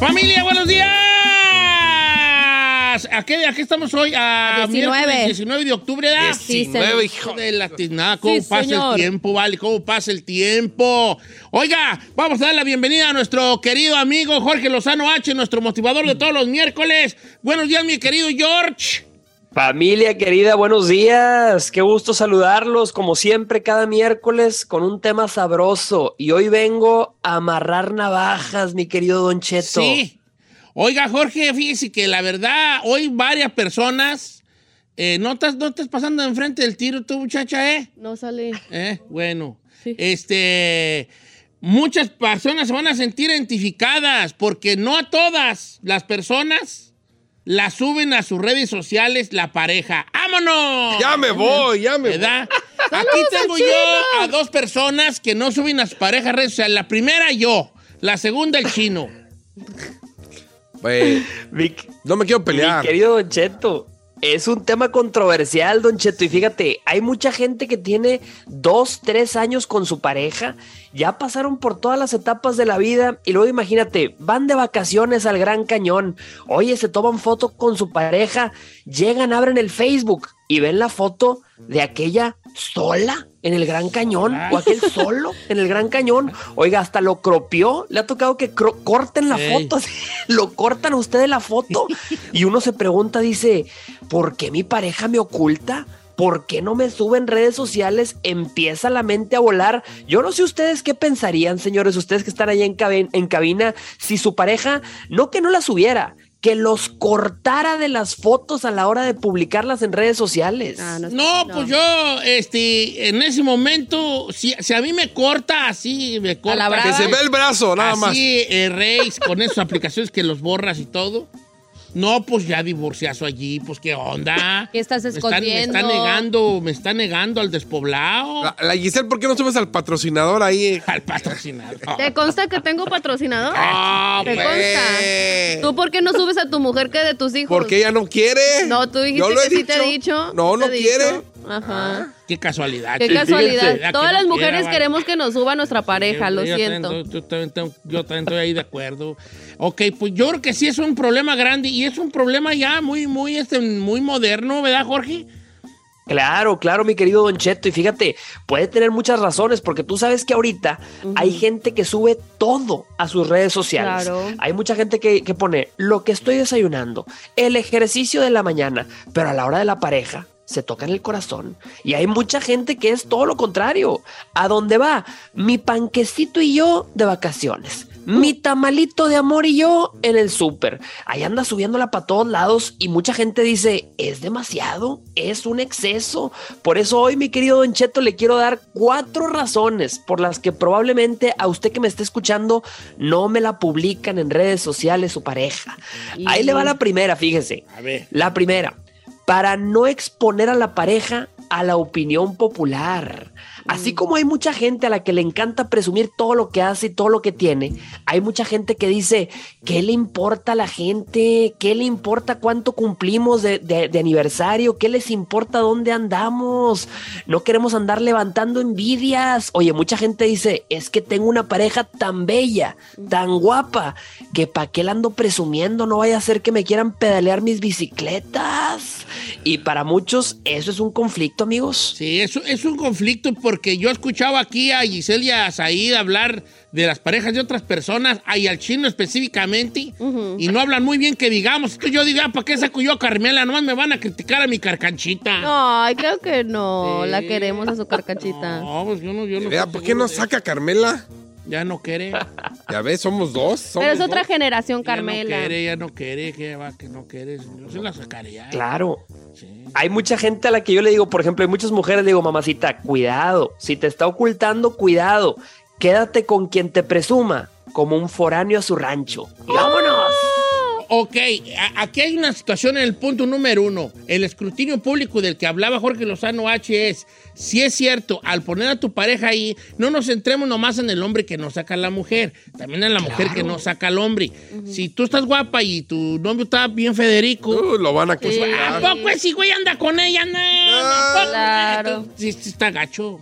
Familia, buenos días. ¿A qué, a qué estamos hoy? A 19. miércoles 19 de octubre. ¿da? Sí, señor. 19, hijo de la tiznada. ¿Cómo Sí, pasa señor. el tiempo, vale? ¿Cómo pasa el tiempo? Oiga, vamos a dar la bienvenida a nuestro querido amigo Jorge Lozano H, nuestro motivador de todos los miércoles. Buenos días, mi querido George. Familia querida, buenos días. Qué gusto saludarlos, como siempre, cada miércoles con un tema sabroso. Y hoy vengo a amarrar navajas, mi querido Don Cheto. Sí. Oiga, Jorge, fíjese que la verdad, hoy varias personas. eh, no, estás, no estás pasando enfrente del tiro tú, muchacha, ¿eh? No sale. Eh, bueno, Sí. este, muchas personas se van a sentir identificadas porque no a todas las personas las suben a sus redes sociales la pareja. ¡Vámonos! Ya me voy, ya me voy. ¿Verdad? Aquí tengo yo a dos personas que no suben a su pareja a redes sociales. La primera yo, la segunda el chino. Güey, Mi, Eh, no me quiero mi pelear. querido Don Cheto, es un tema controversial, Don Cheto. Y fíjate, hay mucha gente que tiene dos, tres años con su pareja, ya pasaron por todas las etapas de la vida. Y luego imagínate, van de vacaciones al Gran Cañón. Oye, se toman foto con su pareja, llegan, abren el Facebook y ven la foto de aquella sola en el Gran Cañón o aquel solo en el Gran Cañón. Oiga, hasta lo cropió. Le ha tocado que cro- corten la Ey. foto. así, lo cortan a usted de la foto. Y uno se pregunta, dice, ¿por qué mi pareja me oculta? ¿Por qué no me sube en redes sociales? Empieza la mente a volar. Yo no sé ustedes qué pensarían, señores, ustedes que están allá en, cabe- en cabina, si su pareja, no que no la subiera, que los cortara de las fotos a la hora de publicarlas en redes sociales. Ah, No, pues yo, este, en ese momento, si, si a mí me corta así, me corta. brava. Que se ve el brazo, nada más. Así, eh, Reis, con esas aplicaciones que los borras y todo. No, pues ya divorciazo allí, pues qué onda. ¿Qué estás Me están- escondiendo? Me está negando, me está negando al despoblado, La, la Giselle, ¿por qué no subes al patrocinador ahí? eh? al patrocinador. ¿Te consta que tengo patrocinador? Ah, ¿Te pues. Eh, consta? ¿Tú por qué no subes a tu mujer que de tus hijos? Porque ella no quiere. No, tú dijiste Yo lo que he sí te he dicho. dicho. No, sí te no he quiere. dicho. Ajá. Qué casualidad. Qué Ah, Sí, casualidad. fíjate. Todas Que las no mujeres quiera, vale. queremos que nos suba nuestra pareja, Yo- lo yo siento. también tengo- yo también tengo- yo también estoy ahí de acuerdo. Ok, pues yo creo que sí es un problema grande y es un problema ya muy, muy, este, muy moderno, ¿verdad, Jorge? Claro, claro, mi querido Don Cheto. Y fíjate, puede tener muchas razones, porque tú sabes que ahorita hay gente que sube todo a sus redes sociales. Claro. Hay mucha gente que, que pone lo que estoy desayunando, el ejercicio de la mañana, pero a la hora de la pareja se toca en el corazón. Y hay mucha gente que es todo lo contrario. ¿A dónde va? Mi panquecito y yo de vacaciones. Mi tamalito de amor y yo en el súper. Ahí anda subiéndola para todos lados y mucha gente dice, es demasiado, es un exceso. Por eso hoy, mi querido Don Cheto, le quiero dar cuatro razones por las que probablemente a usted que me esté escuchando no me la publican en redes sociales su pareja. Ahí le va la primera, fíjese. A ver. La primera, para no exponer a la pareja a la opinión popular. Así como hay mucha gente a la que le encanta presumir todo lo que hace y todo lo que tiene, hay mucha gente que dice, ¿qué le importa a la gente? ¿Qué le importa cuánto cumplimos de, de- de aniversario? ¿Qué les importa dónde andamos? No queremos andar levantando envidias. Oye, mucha gente dice, es que tengo una pareja tan bella, tan guapa, que pa' qué la ando presumiendo, no vaya a ser que me quieran pedalear mis bicicletas. Y para muchos eso es un conflicto, amigos. Sí, eso es un conflicto porque yo escuchaba aquí a Giselle y a Said hablar de las parejas de otras personas, ah, y al chino específicamente, y no hablan muy bien que digamos. Entonces yo digo, ah, ¿para qué saco yo a Carmela? Nomás me van a criticar a mi carcanchita. Ay, creo que no. La Sí. queremos a su carcachita. No, pues yo no, yo no Vea, estoy ¿por qué seguro no de eso. saca a Carmela? Ya no quiere. ya Ya ves, somos dos. somos Pero es otra dos. generación, no Carmela. quiere, ya no quiere, que va, que no quiere. Yo se la sacaría. Claro, Sí. Hay mucha gente a la que yo le digo, por ejemplo, hay muchas mujeres, le digo, mamacita, cuidado, si te está ocultando, cuidado, quédate con quien te presuma, como un foráneo a su rancho. Y ¡Vámonos! Ok, a- aquí hay una situación en el punto número uno. El escrutinio público del que hablaba Jorge Lozano H es, si es cierto, al poner a tu pareja ahí, no nos centremos nomás en el hombre que nos saca la mujer, también en la mujer que nos saca al hombre. Si tú estás guapa y tu novio está bien Federico, Uh, lo van a ¿a Pues, criticar. poco ese güey anda con ella? Ah, No, ¿a poco? Claro. Sí, sí está gacho.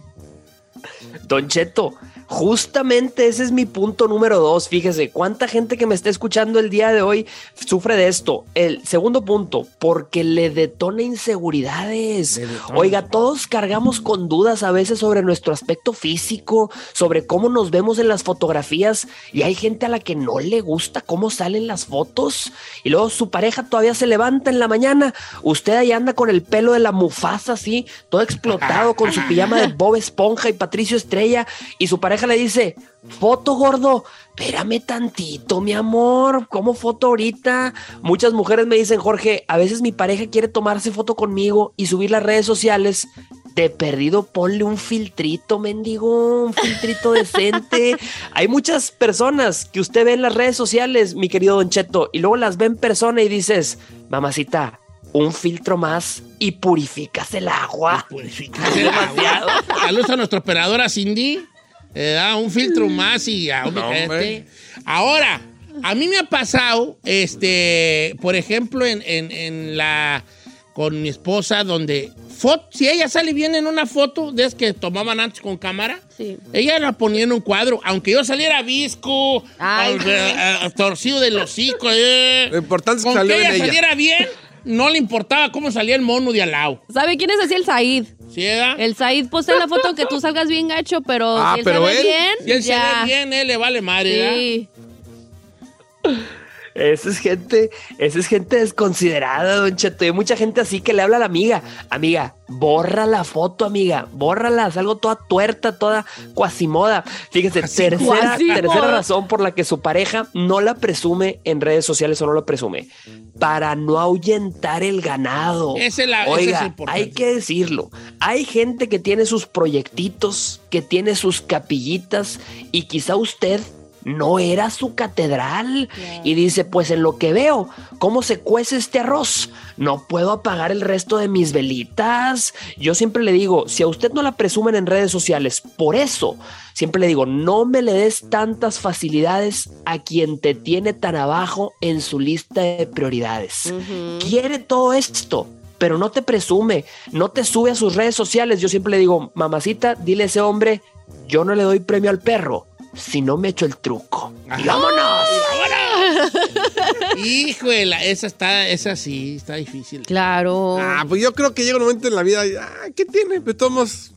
Don Cheto, justamente ese es mi punto número dos. Fíjese, cuánta gente que me está escuchando el día de hoy sufre de esto. El segundo punto, porque le detona inseguridades. Oiga, todos cargamos con dudas a veces sobre nuestro aspecto físico, sobre cómo nos vemos en las fotografías y hay gente a la que no le gusta cómo salen las fotos y luego su pareja todavía se levanta en la mañana, usted ahí anda con el pelo de la mufasa así, todo explotado con su pijama de Bob Esponja y Patricio Estrella y su pareja le dice, foto gordo, espérame tantito mi amor, ¿cómo foto ahorita? Muchas mujeres me dicen, Jorge, a veces mi pareja quiere tomarse foto conmigo y subir las redes sociales. De perdido, ponle un filtrito, mendigo, un filtrito decente. Hay muchas personas que usted ve en las redes sociales, mi querido Don Cheto, y luego las ve en persona y dices, mamacita, un filtro más y purificas el agua. Purificarse el agua. Saludos a nuestra operadora Cindy. Eh, da un filtro más y a un Mm. No, gente. hombre. Ahora, a mí me ha pasado, este, por ejemplo, en, en- en la con mi esposa, donde fo- si ella sale bien en una foto de es que tomaban antes con cámara, Sí. ella la ponía en un cuadro, aunque yo saliera visco, Ay, al- sí. a- a- torcido del hocico, eh, Lo importante es que con salió que en ella ella. saliera bien, no le importaba cómo salía el mono de al lado. ¿Sabe quién es así el Said? ¿Sí, verdad? El Said postea la foto que tú salgas bien gacho, pero Ah, si él pero se ve él- bien, Si él se ya. ve bien, eh, él le vale madre, ¿verdad? Sí. Esa es gente, esa es gente desconsiderada, don Cheto. Y hay mucha gente así que le habla a la amiga, amiga, borra la foto, amiga, bórrala, salgo toda tuerta, toda cuasimoda. Fíjese, tercera, Cuasimoda. tercera razón por la que su pareja no la presume en redes sociales o no la presume, para no ahuyentar el ganado. Esa es la- esa es Oiga, importante. hay que decirlo. Hay gente que tiene sus proyectitos, que tiene sus capillitas y quizá usted no era su catedral y dice, pues en lo que veo, cómo se cuece este arroz, no puedo apagar el resto de mis velitas. Yo siempre le digo, si a usted no la presumen en redes sociales, por eso, siempre le digo, no me le des tantas facilidades a quien te tiene tan abajo en su lista de prioridades quiere todo esto, pero no te presume, no te sube a sus redes sociales. Yo siempre le digo, mamacita, dile a ese hombre, yo no le doy premio al perro si no me echo el truco. Y vámonos. Híjole, esa está, esa sí, está difícil. Claro. Ah, pues yo creo que llega un momento en la vida. Ah, ¿Qué tiene? Pues tomos.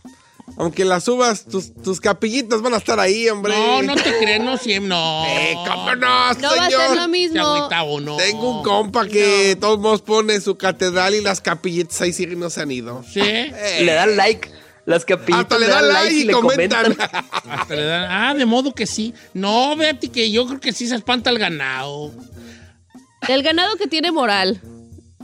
Aunque las subas, tus, tus capillitas van a estar ahí, hombre. No, no te crees, no siempre, no. Eh, ¿Cómo no, no señor? va a ser lo Se mismo. agüita uno. Tengo un compa que de todos modos pone su catedral y las capillitas ahí siguen y no se han ido. Sí. Eh, Le dan like. Las capillitas hasta le dan like y le comentan. Hasta le dan- Ah, de modo que sí. No, Betty, que yo creo que sí se espanta el ganado. El ganado que tiene moral.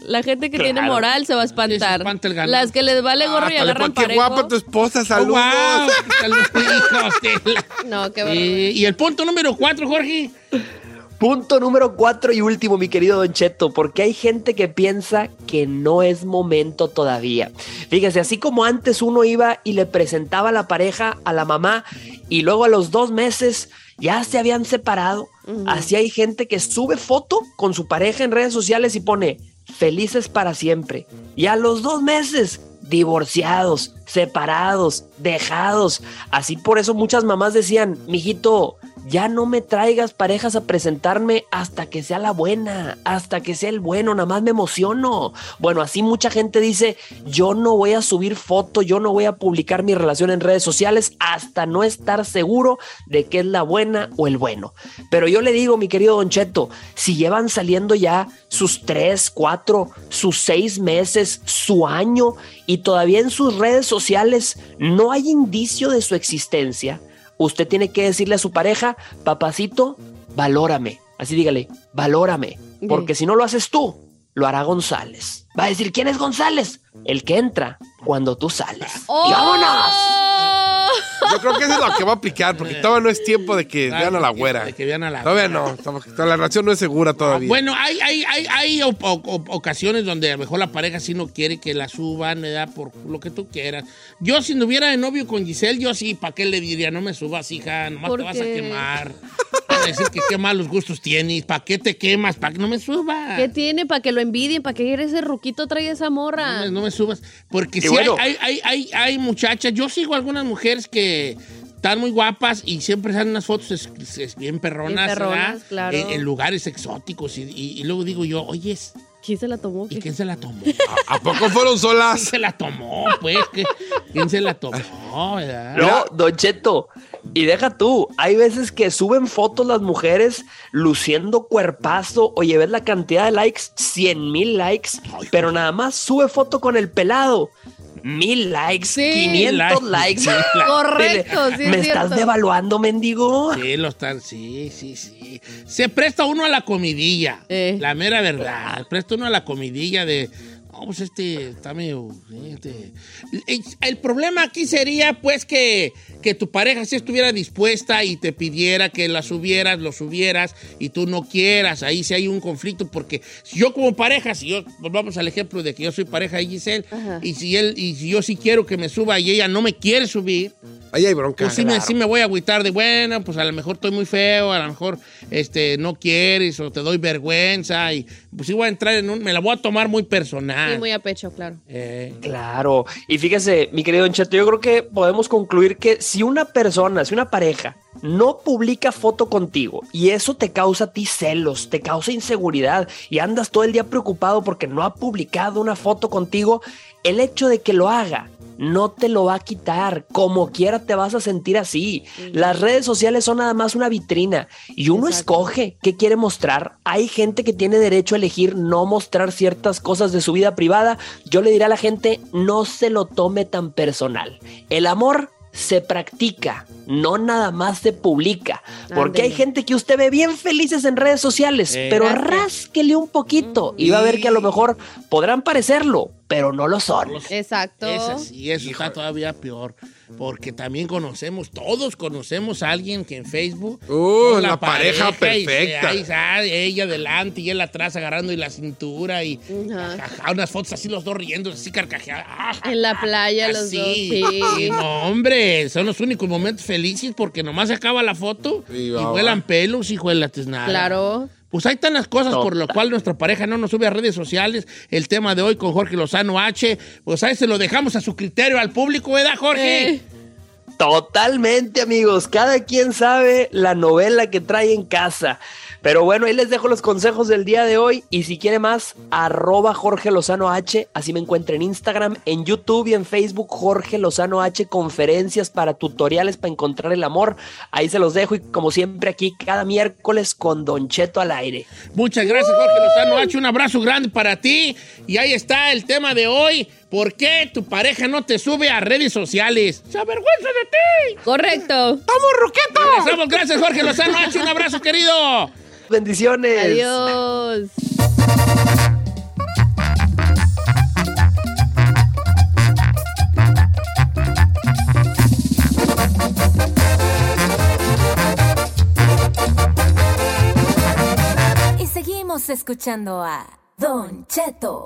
La gente que tiene Claro. moral se va a Sí, se espantar. espanta el ganado. Ah, Las que les vale gorro y Hasta le pone, agarran qué parejo. guapa tu esposa, Oh, saludos. guau, saludos, hijos de la- No, qué Eh, vergüenza. y el punto número cuatro, Jorge. Punto número cuatro y último, mi querido Don Cheto, porque hay gente que piensa que no es momento todavía. Fíjese, así como antes uno iba y le presentaba a la pareja a la mamá y luego a los dos meses ya se habían separado, así hay gente que sube foto con su pareja en redes sociales y pone felices para siempre. Y a los dos meses divorciados, separados, dejados. Así por eso muchas mamás decían, mijito, ya no me traigas parejas a presentarme hasta que sea la buena, hasta que sea el bueno, nada más me emociono. Bueno, así mucha gente dice, yo no voy a subir foto, yo no voy a publicar mi relación en redes sociales hasta no estar seguro de que es la buena o el bueno. Pero yo le digo, mi querido Don Cheto, si llevan saliendo ya sus tres, cuatro, sus seis meses, su año y todavía en sus redes sociales no hay indicio de su existencia, usted tiene que decirle a su pareja, papacito, valórame. Así dígale, valórame. Porque si no lo haces tú, lo hará González. Va a decir, ¿quién es González? El que entra cuando tú sales. ¡Y vámonos! Yo creo que eso es lo que va a aplicar, porque todavía no es tiempo de que vean a la güera. Eh. Ah, De que vean a la Todavía no, estamos- la relación no es segura todavía. Bueno, hay, hay, hay, hay o- o- o- ocasiones donde a lo mejor la pareja sí no quiere que la suban, da Por lo que tú quieras. Yo, si no hubiera de novio con Giselle, yo sí, ¿para qué le diría? No me subas, hija, nomás te ¿Por vas a qué? quemar. Van a decir que qué malos gustos tienes, ¿para qué te quemas? ¿Para que no me subas? ¿Qué tiene para que lo envidien? ¿Para que ese ruquito traiga esa No morra? me, no me subas. Porque Y sí, bueno. hay, hay, hay, hay- hay muchachas. Yo sigo algunas mujeres que están muy guapas y siempre salen unas fotos es- es- bien perronas, Bien perronas, ¿verdad? claro. En, en lugares exóticos. Y, y- y luego digo yo, oye, ¿Quién se la tomó? ¿y ¿Qué? quién se la tomó? ¿A poco fueron ¿Quién solas? se la tomó, pues? ¿Qué- ¿Quién se la tomó, verdad? No, Don Cheto, y deja tú, hay veces que suben fotos las mujeres luciendo cuerpazo, oye, ves la cantidad de likes, 100 mil likes, pero nada más sube foto con el pelado, mil likes, Sí. 500 likes. Likes, sí, likes. Correcto, sí es Me estás cierto. devaluando, mendigo. Sí, los tan, sí, sí, sí. Se presta uno a la comidilla. Eh. La mera verdad. Presta uno a la comidilla de. No, pues este está medio. este". El- El problema aquí sería, pues, que, que tu pareja sí estuviera dispuesta y te pidiera que la subieras, lo subieras y tú no quieras. Ahí sí hay un conflicto, porque si yo como pareja, si yo, volvamos al ejemplo de que yo soy pareja de Giselle, y si él, y si yo sí quiero que me suba y ella no me quiere subir, Ahí hay bronca. pues sí me, sí me voy a agüitar de, bueno, pues a lo mejor estoy muy feo, a lo mejor este, no quieres o te doy vergüenza y pues sí voy a entrar en un, me la voy a tomar muy personal. Sí, muy a pecho, claro. Eh, Claro. Y fíjese, mi querido Don Cheto, yo creo que podemos concluir que si una persona, si una pareja no publica foto contigo y eso te causa a ti celos, te causa inseguridad y andas todo el día preocupado porque no ha publicado una foto contigo, el hecho de que lo haga no te lo va a quitar. Como quiera te vas a sentir así. Las redes sociales son nada más una vitrina y uno escoge qué quiere mostrar. Hay gente que tiene derecho a elegir no mostrar ciertas cosas de su vida privada. Yo le diré a la gente, no se lo tome tan personal. El amor se practica, no nada más se publica. Porque hay Ándele. gente que usted ve bien felices en redes sociales, Eh. pero rásquele un poquito y va a ver que a lo mejor podrán parecerlo, pero no lo son. Exacto. Esa sí, eso está todavía peor. Porque también conocemos, todos conocemos a alguien que en Facebook. Uh, son la pareja y se- perfecta. ahí está, ella adelante y él atrás agarrando y la cintura y Ajá. jajaja, unas fotos así los dos riendo, así carcajeadas. Ah, En la playa los Así. dos, sí. Sí, no, hombre, son los únicos momentos felices porque nomás se acaba la foto Y y, va, vuelan pelos y juelates nada. Claro. Pues hay las cosas por lo cual nuestra pareja no nos sube a redes sociales. El tema de hoy con Jorge Lozano H, pues ahí se lo dejamos a su criterio, al público, ¿verdad, Jorge? Eh. Totalmente, amigos. Cada quien sabe la novela que trae en casa. Pero bueno, ahí les dejo los consejos del día de hoy. Y si quiere más, arroba Jorge Lozano H. Así me encuentro en Instagram, en YouTube y en Facebook, Jorge Lozano H. Conferencias para tutoriales para encontrar el amor. Ahí se los dejo. Y como siempre, aquí cada miércoles con Don Cheto al aire. Muchas gracias, Jorge Lozano H. Un abrazo grande para ti. Y ahí está el tema de hoy. ¿Por qué tu pareja no te sube a redes sociales? ¡Se avergüenza de ti! Correcto. Regresamos. Gracias, Jorge Lozano H. Un abrazo, querido. Bendiciones. Adiós. escuchando a Don Cheto.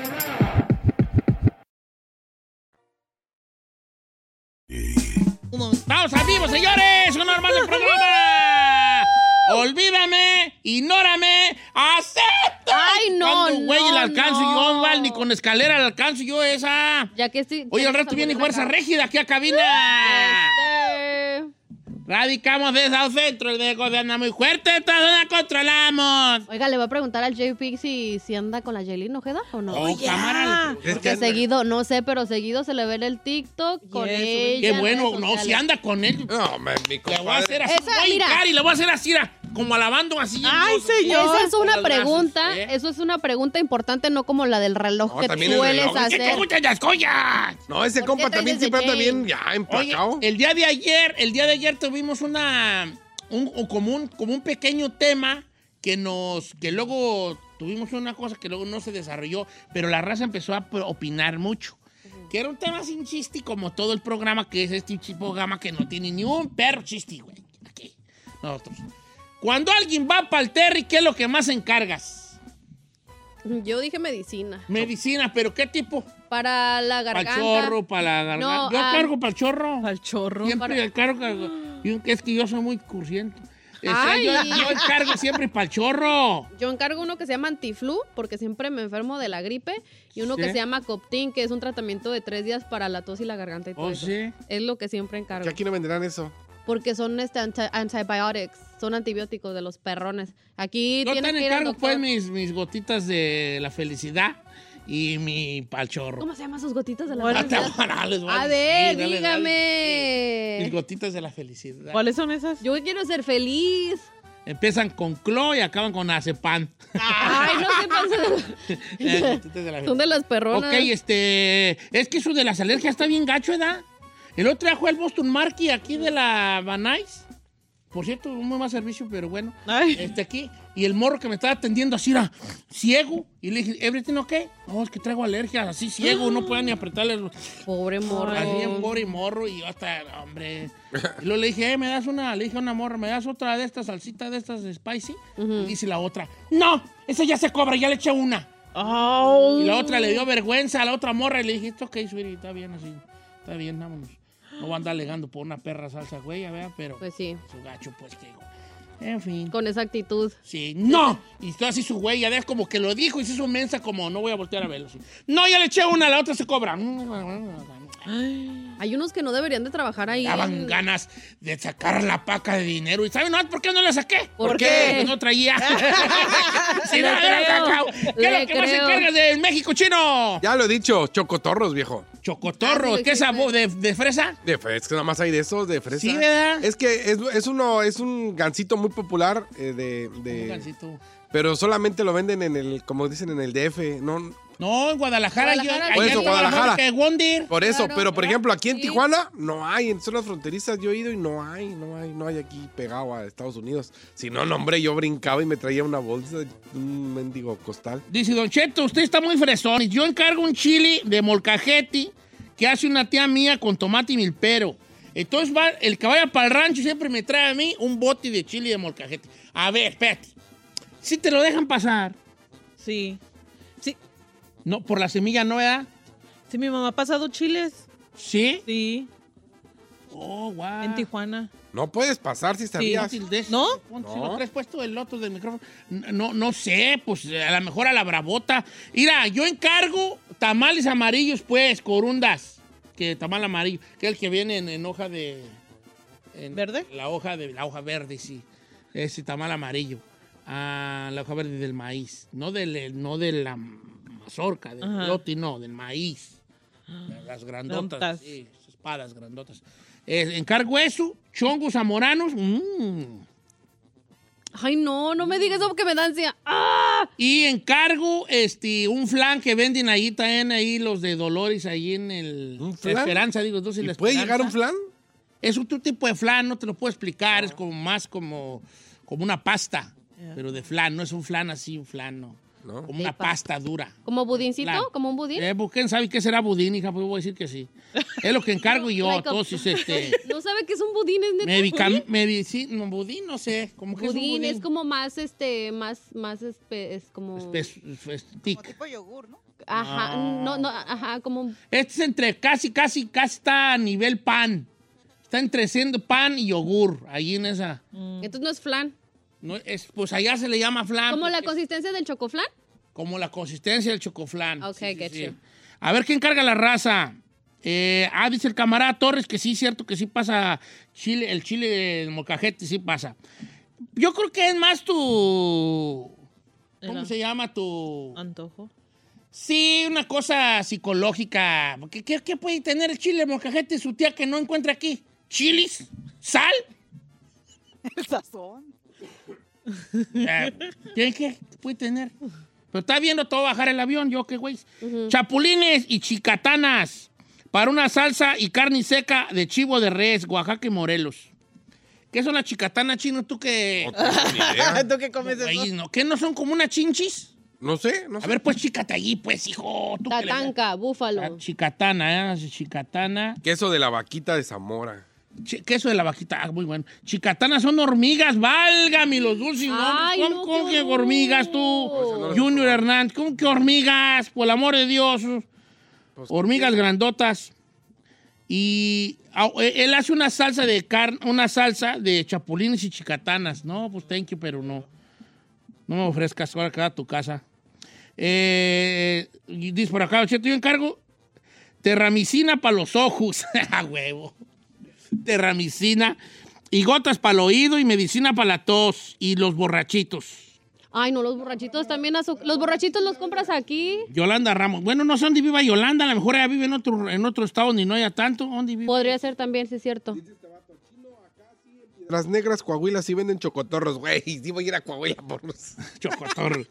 ¡Vamos a vivo, señores! ¡Un normal de programa! ¡Olvídame! ¡Ignórame! ¡Acepta! Ay, no, Cuando un güey no, la alcanzo no. yo, Val, ni con escalera la alcanzo yo esa. Ya que sí. Oye, al tienes rato viene favorita fuerza acá. rígida aquí a cabina. Radicamos desde el centro, el de gobierno muy fuerte, esta zona controlamos. Oiga, le voy a preguntar al JP si, si anda con la Jailin Ojeda o no. Oh, cámara. ¿Crees que Porque anda? seguido, no sé, pero seguido se le ve en el TikTok con ella. Qué en bueno, redes no, si sociales. anda con él. No, me, mi Le voy a compadre. hacer así, Esa, voy a mira. hincar y le voy a hacer así, mira, como alabando así. Ay, hermoso. señor. Esa es Con una los brazos, pregunta, ¿eh? eso es una pregunta importante, no como la del reloj No, que también el sueles reloj. ¿Qué te hacer. gustan las joyas? No, ese ¿Por compa qué también siempre traes ese anda bien jean? ya Oye, emplacado. el día de ayer, el día de ayer tuvimos una un, o como un como un pequeño tema que nos que luego tuvimos una cosa que luego no se desarrolló, pero la raza empezó a pro- opinar mucho. Que era un tema sin chiste, y como todo el programa que es este tipo de gama que no tiene ni un perro chiste, güey. Aquí, nosotros. Cuando alguien va para el Terry, ¿qué es lo que más encargas? Yo dije medicina. Medicina, pero ¿qué tipo? Para la Para garganta. chorro, para la garganta. No, Yo ah, cargo para el chorro. Al chorro. Siempre el cargo. y un- Es que yo soy muy cursiento. Este, Ay. yo, yo el cargo siempre para el chorro. Yo encargo uno que se llama antiflu, porque siempre me enfermo de la gripe, y uno Sí. que se llama Coptin, que es un tratamiento de tres días para la tos y la garganta y todo Oh, eso. sí. Es lo que siempre Que encargo. aquí no venderán eso. Porque son este anti- antibiotics, son antibióticos de los perrones. Aquí Yo tienen también que ir al encargo doctor. pues mis, mis gotitas de la felicidad y mi pal chorro. ¿Cómo se llaman sus gotitas de la Bueno, Ah, te- felicidad? ahora les voy A decir, ver, dale, dale. Mis dígame. gotitas de la felicidad. ¿Cuáles son esas? Yo quiero ser feliz. Empiezan con clo y acaban con acepan. Ay, no sé pasa. Eh, gotitas de la Son de las perronas. Ok, este. Es que eso de las alergias está bien gacho, ¿verdad? El otro día fue el Boston Market aquí de la Banais. Por cierto, un muy mal servicio, pero bueno. Ay. Este aquí. Y el morro que me estaba atendiendo así era ciego. Y le dije, ¿everything okay? No, es que traigo alergias, así ciego, no puedo ni apretarle. los- Pobre morro. Así en pobre y morro. Y yo hasta, hombre. Y luego le dije, eh, me das una, le dije a una morra, ¿me das otra de estas salsitas, de estas de spicy? Y dice la otra, no, esa ya se cobra, ya le eché una. Au. Y la otra le dio vergüenza a la otra morra y le dije, esto ok, sweetie, está bien así, está bien, vámonos. No va a andar legando por una perra salsa, güey, ya vea, pero Pues sí, su gacho, pues que... En fin. con esa actitud. Sí, no. Y tú así su güey, ya ves como que lo dijo y se hizo mensa como, no voy a voltear a verlo. sí. No, ya le eché una, la otra se cobra. Hay unos que no deberían de trabajar ahí. Daban ganas de sacar la paca de dinero. ¿Y saben no, por qué no la saqué? ¿Por Porque qué? No traía. si Le no, la hubiera creo, sacado. ¿Qué es le lo que más se creo. encarga de México, chino? Ya lo he dicho, chocotorros, viejo. Chocotorro, Ah, sí, ¿qué sí, sabor? sí. ¿De, de fresa? De fre- es que nada más hay de esos, de fresa. Sí, ¿verdad? Es que es, es uno, es un gansito muy popular eh, de, de- Un gansito. Pero solamente lo venden en el, como dicen, en el DF. No, No, en Guadalajara. yo- Guadalajara, allá Por en eso, Guadalajara. Que Wonder. Por eso, Claro, pero por ejemplo, aquí en sí. Tijuana no hay, en zonas fronterizas yo he ido y no hay, no hay, no hay aquí pegado a Estados Unidos. Si no, no, hombre, yo brincaba y me traía una bolsa, un mendigo costal. Dice Don Cheto, usted está muy fresón. Yo encargo un chili de molcajete que hace una tía mía con tomate y milpero. Entonces va, el que vaya para el rancho siempre me trae a mí un bote de chili de molcajete. A ver, espérate. Si te lo dejan pasar. Sí. Sí, No, por la semilla no, ¿verdad? sí, mi mamá ha pasado chiles. ¿Sí? Sí, Oh, wow. en Tijuana. No puedes pasar si sabías. ¿No? Si No. lo traes puesto el otro del micrófono. No, no sé, pues a lo mejor a la bravota. Mira, yo encargo tamales amarillos, pues, corundas. Que tamal amarillo, que es el que viene en, en hoja de. en ¿Verde? La hoja de la hoja verde, sí. Ese tamal amarillo. Ah, la hoja verde del maíz. No del, no de la mazorca, del Ajá. Ah. lote, no, del maíz. Las grandotas. Grandotas. Sí, espadas grandotas. Eh, encargo eso, chongos zamoranos. mmm. Ay, no, no me digas eso porque me da ansia. ¡Ah! Y encargo este, un flan que venden ahí también, ahí los de Dolores, ahí en el ¿Un flan? Esperanza, digo, entonces ¿Y la ¿Puede Esperanza. llegar un flan? Ah. Es otro tipo de flan, no te lo puedo explicar, es como más como, como una pasta, pero de flan, no es un flan así, un flan, no. No. Como una pasta dura. ¿Como budincito? Plan. ¿Como un budín? Eh, busquen, ¿sabe qué será budín, hija? Pues yo voy a decir que sí. Es lo que encargo yo, Like a- entonces, este... ¿No sabe que es un budín? ¿Es neta? Medica, ¿Budín? medicin- no, budín, no sé, como que budín, es es un budín. como más, este, más, más, espe- es como... Espe- espe- Ajá, no, no, ajá, como un... Este es entre casi, casi, casi está a nivel pan. Está entre siendo pan y yogur, ahí en esa. Entonces no es flan. Mm. No, es, pues allá se le llama flan. ¿Como la porque- consistencia del chocoflan? como la consistencia del chocoflan. Ok, get you. A ver, ¿quién carga la raza? Eh, ah, dice el camarada Torres que sí, cierto, que sí pasa chile, el chile del mocajete, sí pasa. Yo creo que es más tu... ¿Cómo Era. se llama tu...? Antojo. Sí, una cosa psicológica. ¿Qué, qué, qué puede tener el chile mocajete su tía que no encuentra aquí? ¿Chilis? ¿Sal? El sazón. Eh, ¿qué, qué puede tener? Pero está viendo todo bajar el avión, yo qué güey. Chapulines y chicatanas para una salsa y carne seca de chivo de res, Oaxaca y Morelos. ¿Qué son las chicatanas, chino? ¿Tú qué? No tengo ni idea. ¿Tú qué comes Güey, no, ¿Qué no son como unas chinchis? No sé, no A sé. ver, pues chícate allí, pues, hijo. tú que le- Tatanca, búfalo. Ah, Chicatana, ¿eh? Chicatana. Queso de la vaquita de Zamora. Chi- queso de la vaquita, ah, muy bueno. Chicatana son hormigas, válgame los dulces. nombres. Ay, ¿Cómo, no, cómo qué que horror. hormigas Pues, tú? no las he Junior probado. Hernández, ¿cómo que hormigas? Por el amor de Dios. Pues, hormigas grandotas. Y ah, eh, él hace una salsa de carne, una salsa de chapulines y chicatanas. No, pues thank you, pero no. No me ofrezcas ahora acá a tu casa. Eh, y dice por acá, Cheto, yo encargo terramicina para los ojos. A huevo. Terramicina. Y gotas para el oído y medicina para la tos. Y los borrachitos. Ay, no, los borrachitos también. azu- Los borrachitos los compras aquí. Yolanda Ramos. Bueno, no sé dónde viva Yolanda. A lo mejor ella vive en otro, en otro estado ni no haya tanto. ¿Dónde vive? Podría ser también, sí es cierto. Las negras Coahuila sí venden chocotorros, güey. Sí voy a ir a Coahuila por los... Chocotorro.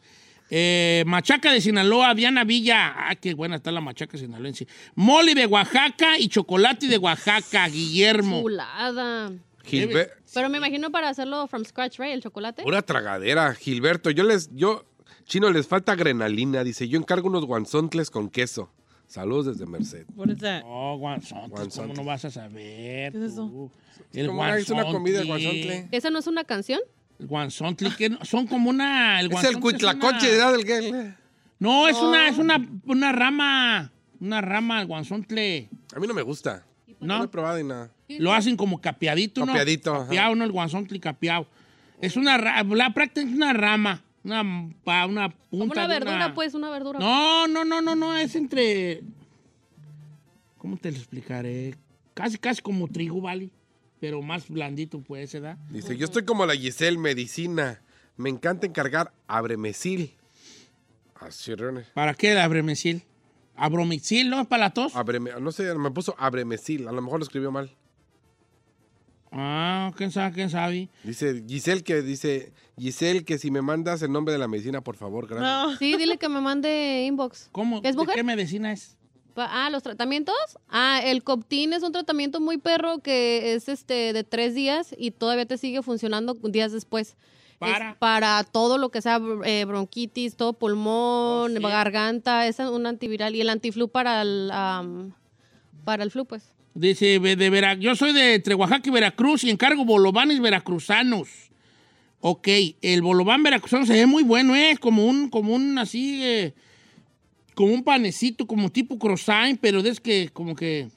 Eh, machaca de Sinaloa, Diana Villa. Ah, qué buena está la machaca sinaloense. Mole de Oaxaca y chocolate de Oaxaca, Guillermo. Chulada. Gilber- Pero me imagino para hacerlo from scratch, right? El chocolate. Una tragadera, Gilberto. Yo les, yo, chino, les falta adrenalina. Dice, yo encargo unos guanzontles con queso. Saludos desde Merced. What is that? Oh, guanzontes, ¿cómo Guanzontes. no vas a saber? ¿Qué es eso? tú? El ¿Cómo es una comida de guanzontle. guanzontle? ¿Esa no es una canción? El guanzontle, que no- son como una... El Es el guanzontle cuitlacoche, es una- ¿verdad? Del eh. que- No, es una, es una, una rama, una rama, el guanzontle. A mí no me gusta. No, ¿No? lo he probado y nada. Lo hacen como capeadito, ¿no? Capeadito, ajá. Capeado, ¿no? El guanzontle capeado. Es una rama, la práctica es una rama, una, pa- una punta Como una de verdura, pues, una verdura. No, no, no, no, no, es entre... ¿Cómo te lo explicaré? Casi, casi como trigo, ¿vale? Pero más blandito, pues, ¿verdad? Dice, yo estoy como la Giselle, medicina. Me encanta encargar abremesil. Así, René. ¿Para qué el abremesil? ¿Abromicil, no? ¿Para la tos? Abreme- no sé, me puso abremesil. A lo mejor lo escribió mal. Ah, quién sabe, quién sabe. Dice Giselle que dice Giselle que si me mandas el nombre de la medicina, por favor, gracias. Sí, dile que me mande inbox. ¿Cómo? ¿Es mujer? ¿Qué medicina es? Pa- Ah, los tratamientos. Ah, el Coptin es un tratamiento muy perro que es este de tres días y todavía te sigue funcionando días después. Para. Es para todo lo que sea br- eh, bronquitis, todo Oh, pulmón, garganta, es un antiviral y el antiflu para el am, para el flu pues. Dice, "Ve- de Vera- yo soy de entre Oaxaca y Veracruz y encargo bolovanes veracruzanos. Ok, el bolobán veracruzano se ve muy bueno, ¿eh? es como un, como un así, eh, como un panecito, como tipo croissant, pero es que como que...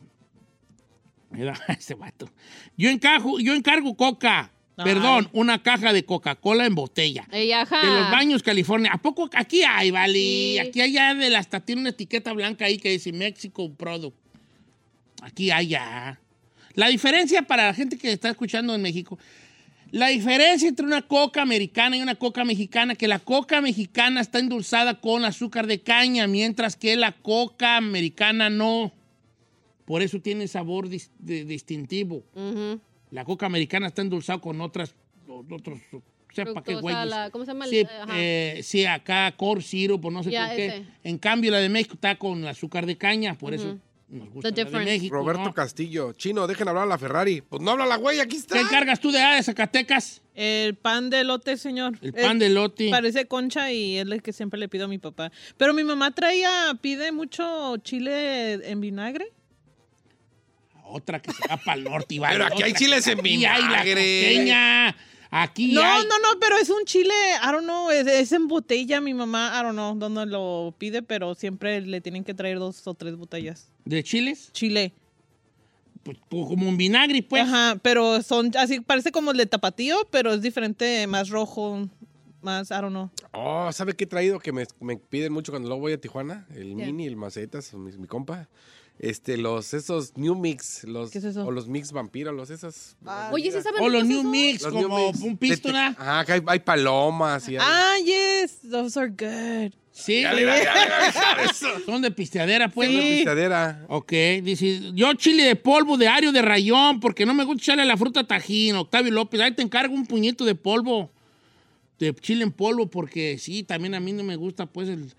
Mira, ese vato. Yo, encajo, yo encargo coca, Ay. perdón, una caja de Coca-Cola en botella. Ey, ajá. De los baños, California. ¿A poco aquí hay, vale? Aquí allá de la hasta tiene una etiqueta blanca ahí que dice Mexico Product. Aquí hay ya. La diferencia para la gente que está escuchando en México, la diferencia entre una coca americana y una coca mexicana, que la coca mexicana está endulzada con azúcar de caña, mientras que la coca americana no. Por eso tiene sabor dis- de- distintivo. Ujú. La coca americana está endulzada con otras, otros, sepa qué Fructosa, güeyes. la- ¿Cómo se llama? Sí, Ajá. eh, sí, acá Core Syrup o no sé Ya, por qué. ese. En cambio, la de México está con azúcar de caña, por eso Ujú. nos gusta la de México. Roberto ¿no? Castillo, chino, dejen hablar a la Ferrari. Pues no habla la güey, aquí está. ¿Te encargas tú de, ah, de Zacatecas? El pan de lote, señor. Eh, El pan de elote. Parece concha y es el que siempre le pido a mi papá. Pero mi mamá traía, pide mucho chile en vinagre. Otra que se va para el norte. y va Pero la aquí otra hay que- chiles en aquí hay la vinagre. costeña, Aquí No, hay. no, no, pero es un chile, I don't know, es, es en botella. Mi mamá, I don't know dónde lo pide, pero siempre le tienen que traer dos o tres botellas. ¿De chiles? Chile. Pues, como un vinagre, pues. Ajá, pero son así, parece como el de tapatío, pero es diferente, más rojo, más, I don't know. Oh, ¿sabe qué he traído que me, me piden mucho cuando luego voy a Tijuana? El ¿Qué? mini, el macetas, mi, mi compa. Este, los, esos New Mix, los, ¿Qué es eso? o los Mix Vampiro, los esas. Oye, ¿sí saben O los ricos New esos? Mix, Ah, los New como Mix. un De- pístona. Ajá, acá hay, hay palomas y hay- Ah, yes, those are good. Sí, Dale, dale, dale, dale, dale, eso. son de pisteadera, pues. Sí. Pistadera. Ok, dice, yo chile de polvo de ario de rayón, porque no me gusta echarle la fruta tajín, Octavio López, ahí te encargo un puñito de polvo, de chile en polvo, porque sí, también a mí no me gusta, pues, el...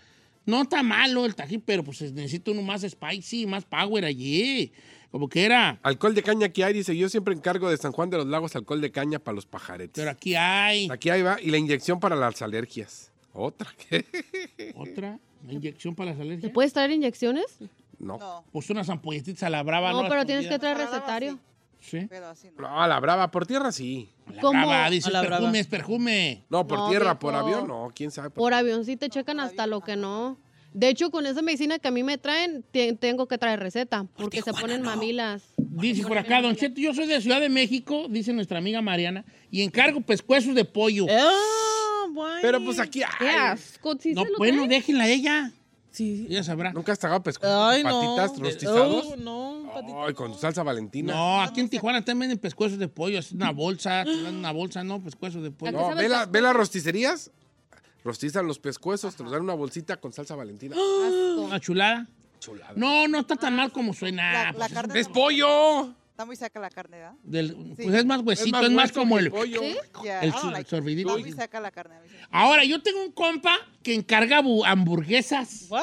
No está malo el tajín, pero pues necesito uno más spicy, más power allí, como que era. Alcohol de caña aquí hay, dice, yo siempre encargo de San Juan de los Lagos alcohol de caña para los pajaretes. Pero aquí hay Aquí ahí va, y la inyección para las alergias. ¿Otra? ¿Qué? otra, una inyección para las ¿Te alergias. puedes traer inyecciones? No. Pues unas ampolletitas a la brava. no, ¿no? pero tienes que Escondida. traer recetario. Sí. No, a la brava, por tierra sí. A la ¿Cómo? brava, dice, A la brava. perfumes, perfume. No, por No, tierra, viejo. por avión, no, quién sabe. por- Por avión sí te checan hasta lo que no. De hecho, con esa medicina que a mí me traen, te- tengo que traer receta, porque se ponen mamilas. Dice por acá, Don Cheto, yo soy de Ciudad de México, dice nuestra amiga Mariana, y encargo pescuezos de pollo. Ah, guay. Pero pues aquí hay. Qué asco, ¿sí no, se lo bueno, traen? déjenla a ella. Sí. Ella sabrá. ¿Nunca has tragado pescuezos Ay, con no. patitas rostizados? Oh, no, patitas. Ay, con tu salsa valentina. No, aquí en Tijuana también venden pescuezos de pollo, es una bolsa, te dan una bolsa, pues no, pescuezos de pollo. ¿A qué No, sabe ve, el la- pescuezo? ve las rosticerías, rostizan los pescuezos, te los dan en una bolsita con salsa valentina. Una chulada. Chulada. No, no está tan mal como suena. La- la pues, es- carne ¡Es pollo! Está muy saca la carne, ¿verdad? del- pues es más huesito, es más, hueso como que el... pollo. Ya, El I don't su- like it. sorbidito. Está muy saca la carne. a mí sí. Ahora, yo tengo un compa que encarga bu- hamburguesas. What?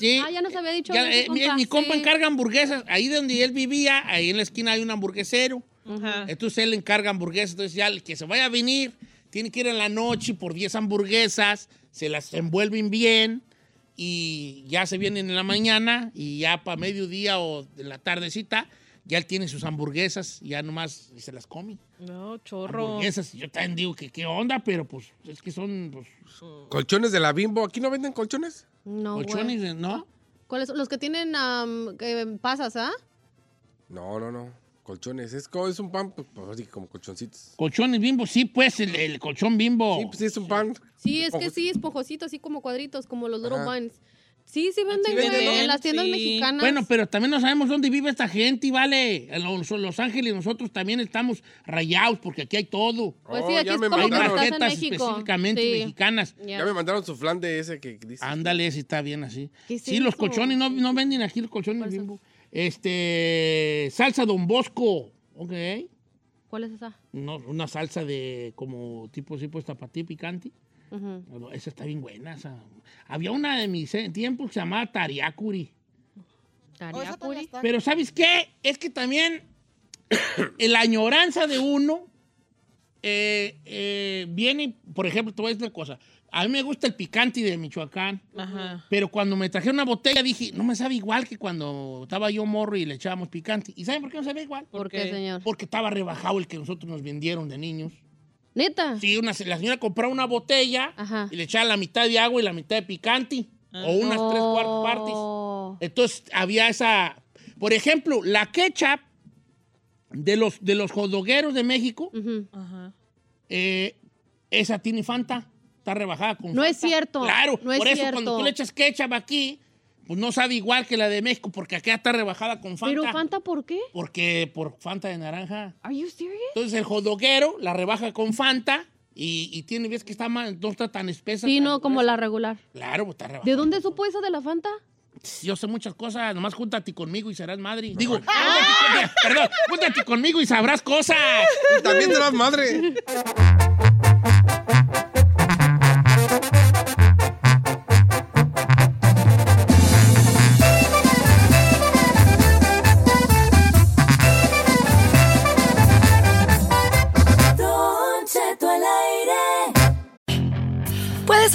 Sí. Ah, ya nos había dicho. Ya, eh, ese mi, mi compa Sí. encarga hamburguesas. Ahí donde él vivía, ahí en la esquina hay un hamburguesero. Ajá. Entonces él encarga hamburguesas. Entonces ya el que se vaya a venir, tiene que ir en la noche por 10 hamburguesas, se las envuelven bien y ya se vienen en la mañana y ya para mediodía o en la tardecita, ya él tiene sus hamburguesas, ya nomás se las come. No, chorro. Hamburguesas, yo también digo que qué onda, pero pues es que son pues, Colchones de la bimbo. ¿Aquí no venden colchones? No, güey. colchones, ¿no? ¿Cuáles son? Los que tienen am, que pasas, ¿ah? No, no, no. Colchones. Es, co- es un pan, pues, pues, así como colchoncitos. Colchones bimbo, sí, pues el, el colchón bimbo. Sí, pues sí, es un pan. Sí, es que Ojo, sí, esponjositos, así como cuadritos, como los little Ajá. buns. Sí, sí venden, venden, güey, ¿no? en las tiendas Sí. mexicanas. Bueno, pero también no sabemos dónde vive esta gente, y ¿vale? En Los, Los Ángeles nosotros también estamos rayados porque aquí hay todo. Pues Oh, sí, aquí ya es me como Hay cuando mandaron. estás en marquetas México. específicamente Sí, mexicanas. ya. Ya me mandaron su flan de ese que dice. Ándale, si está bien así. ¿Qué es Sí, los eso? colchones, no, no venden aquí los colchones Salsa. bimbo. Este, salsa Don Bosco, ok. ¿Cuál es esa? No, una salsa de como tipo, tipo tapatí picante. Ujú. No, Esa está bien buena. esa. Había una de mis eh, tiempos que se llamaba Tariacuri. Tariacuri. Pero ¿sabes qué? Es que también la añoranza de uno eh, eh, viene, por ejemplo, te voy a decir una cosa. A mí me gusta el picante de Michoacán, Ajá. pero cuando me trajeron una botella dije, no me sabe igual que cuando estaba yo morro y le echábamos picante. ¿Y saben por qué no sabía igual? ¿Por qué, señor? Porque estaba rebajado el que nosotros nos vendieron de niños. ¿Neta? Sí, una, la señora compraba una botella Ajá. y le echaba la mitad de agua y la mitad de picante, Ah. o unas tres cuartas partes. Oh. Entonces había esa. Por ejemplo, la ketchup de los, de los jodogueros de México, Ujú. Ajá. eh, esa tiene Fanta. Está rebajada con No es Fanta. cierto, Claro, no es por eso cierto. cuando tú le echas ketchup aquí, pues no sabe igual que la de México, porque acá está rebajada con Fanta. ¿Pero Fanta por qué? Porque por Fanta de naranja. ¿Are you serious? Entonces el jodoguero la rebaja con Fanta y, y tiene, ves que está más, no está tan espesa. Sí, tan no, como gruesa. la regular. Claro, pues está rebajada. ¿De dónde supo esa de la Fanta? Yo sé muchas cosas, nomás júntate conmigo y serás madre. Digo, júntate con- perdón, júntate conmigo y sabrás cosas. Y también serás madre. Don Cheto al aire. Puedes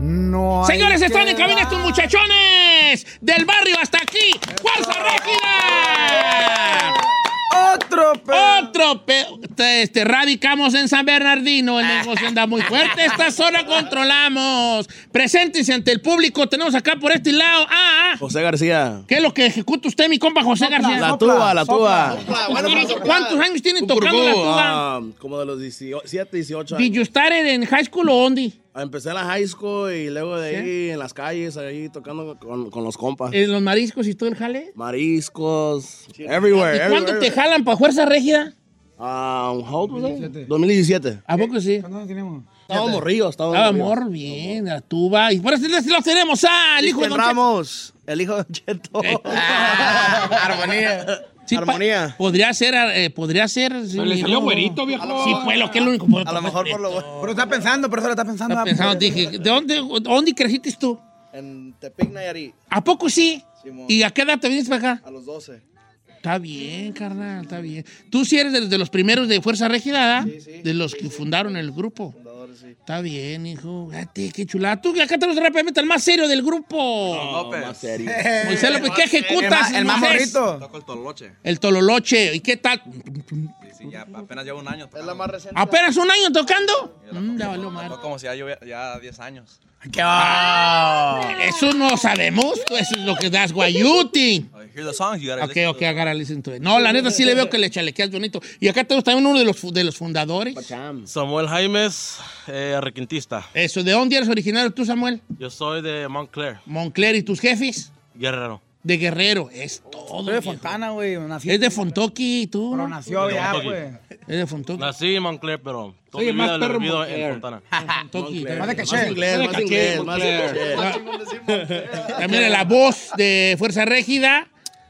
No hay Señores, están en que cabina estos muchachones del barrio hasta aquí. ¡Fuerza Régida! Otro Otro pe... te- Este, radicamos en San Bernardino, el negocio anda muy fuerte, esta zona controlamos. Preséntense ante el público, tenemos acá por este lado a... José García. ¿Qué es lo que ejecuta usted, mi compa José García? La tuba, la tuba. ¿Cuántos años tiene tocando la tuba? Ah, como de los 17, 18 ¿Did you años. start it in high school o onde? Empecé en la high school y luego de ahí en las calles, ahí tocando con, con los compas. ¿En los mariscos y todo el jale? Mariscos, everywhere. ¿Y cuándo everywhere. te jalan para Fuerza Régida? Ah, how old was I? 2017. ¿A poco sí? ¿Cuándo teníamos? Estábamos morrillos, estábamos Estaba morrillos. amor, bien, la tuba. Y por eso lo tenemos al hijo de Don Cheto. Eh, Ramos, el hijo de Cheto. Ah. Armonía. Sí, pa- Armonía. Podría ser, eh, podría ser. sí, le salió no. güerito, viejo. Sí, pues lo que es lo único. A lo mejor por lo Pero está pensando, por eso lo está pensando. Está pensando, dije, ¿de dónde, dónde creciste tú? En Tepic, Nayarit, ¿A poco sí? Simón. ¿Y a qué edad te viniste para acá? a los 12. Está bien, carnal, está bien. Tú sí eres de, de los primeros de Fuerza Régida, ¿verdad? De los que fundaron el grupo. Está bien, hijo. Fíjate, qué chulada. Tú, acá tenemos rápidamente al más serio del grupo. Más serio. Moisés López, ¿qué ejecutas? Moisés? Toco el tololoche. El Tololoche. ¿Y qué tal? Sí, sí, ya apenas llevo un año. Es la más reciente. ¿Apenas un año tocando? Mm, ya valió madre. Tocó como si ya llevo ya 10 años. Eso no sabemos. Eso es lo que das, guayuti. I hear the songs, you gotta Ok, listen to ok, agarra, listen to it. No, la neta sí le veo que le chalequeas bonito. Y acá tenemos también uno de los, fu- de los fundadores. them. Samuel Jaimes, eh, requintista. Eso, ¿de dónde eres originario tú, Samuel? Yo soy de Montclair, Moncler y tus jefes. Guerrero. De Guerrero, es todo. Soy de Fontana, güey. Es de Fontoki, tú. Pero nació De allá, Fontoqui. güey. Es de Fontoki. Nací en Montclair, pero toda Oye, mi más vida perro lo vivido Montclair. en Fontana. Montclair. Ah, Más de caché. Más inglés, más inglés, más inglés. También Ah. la voz de Fuerza Régida.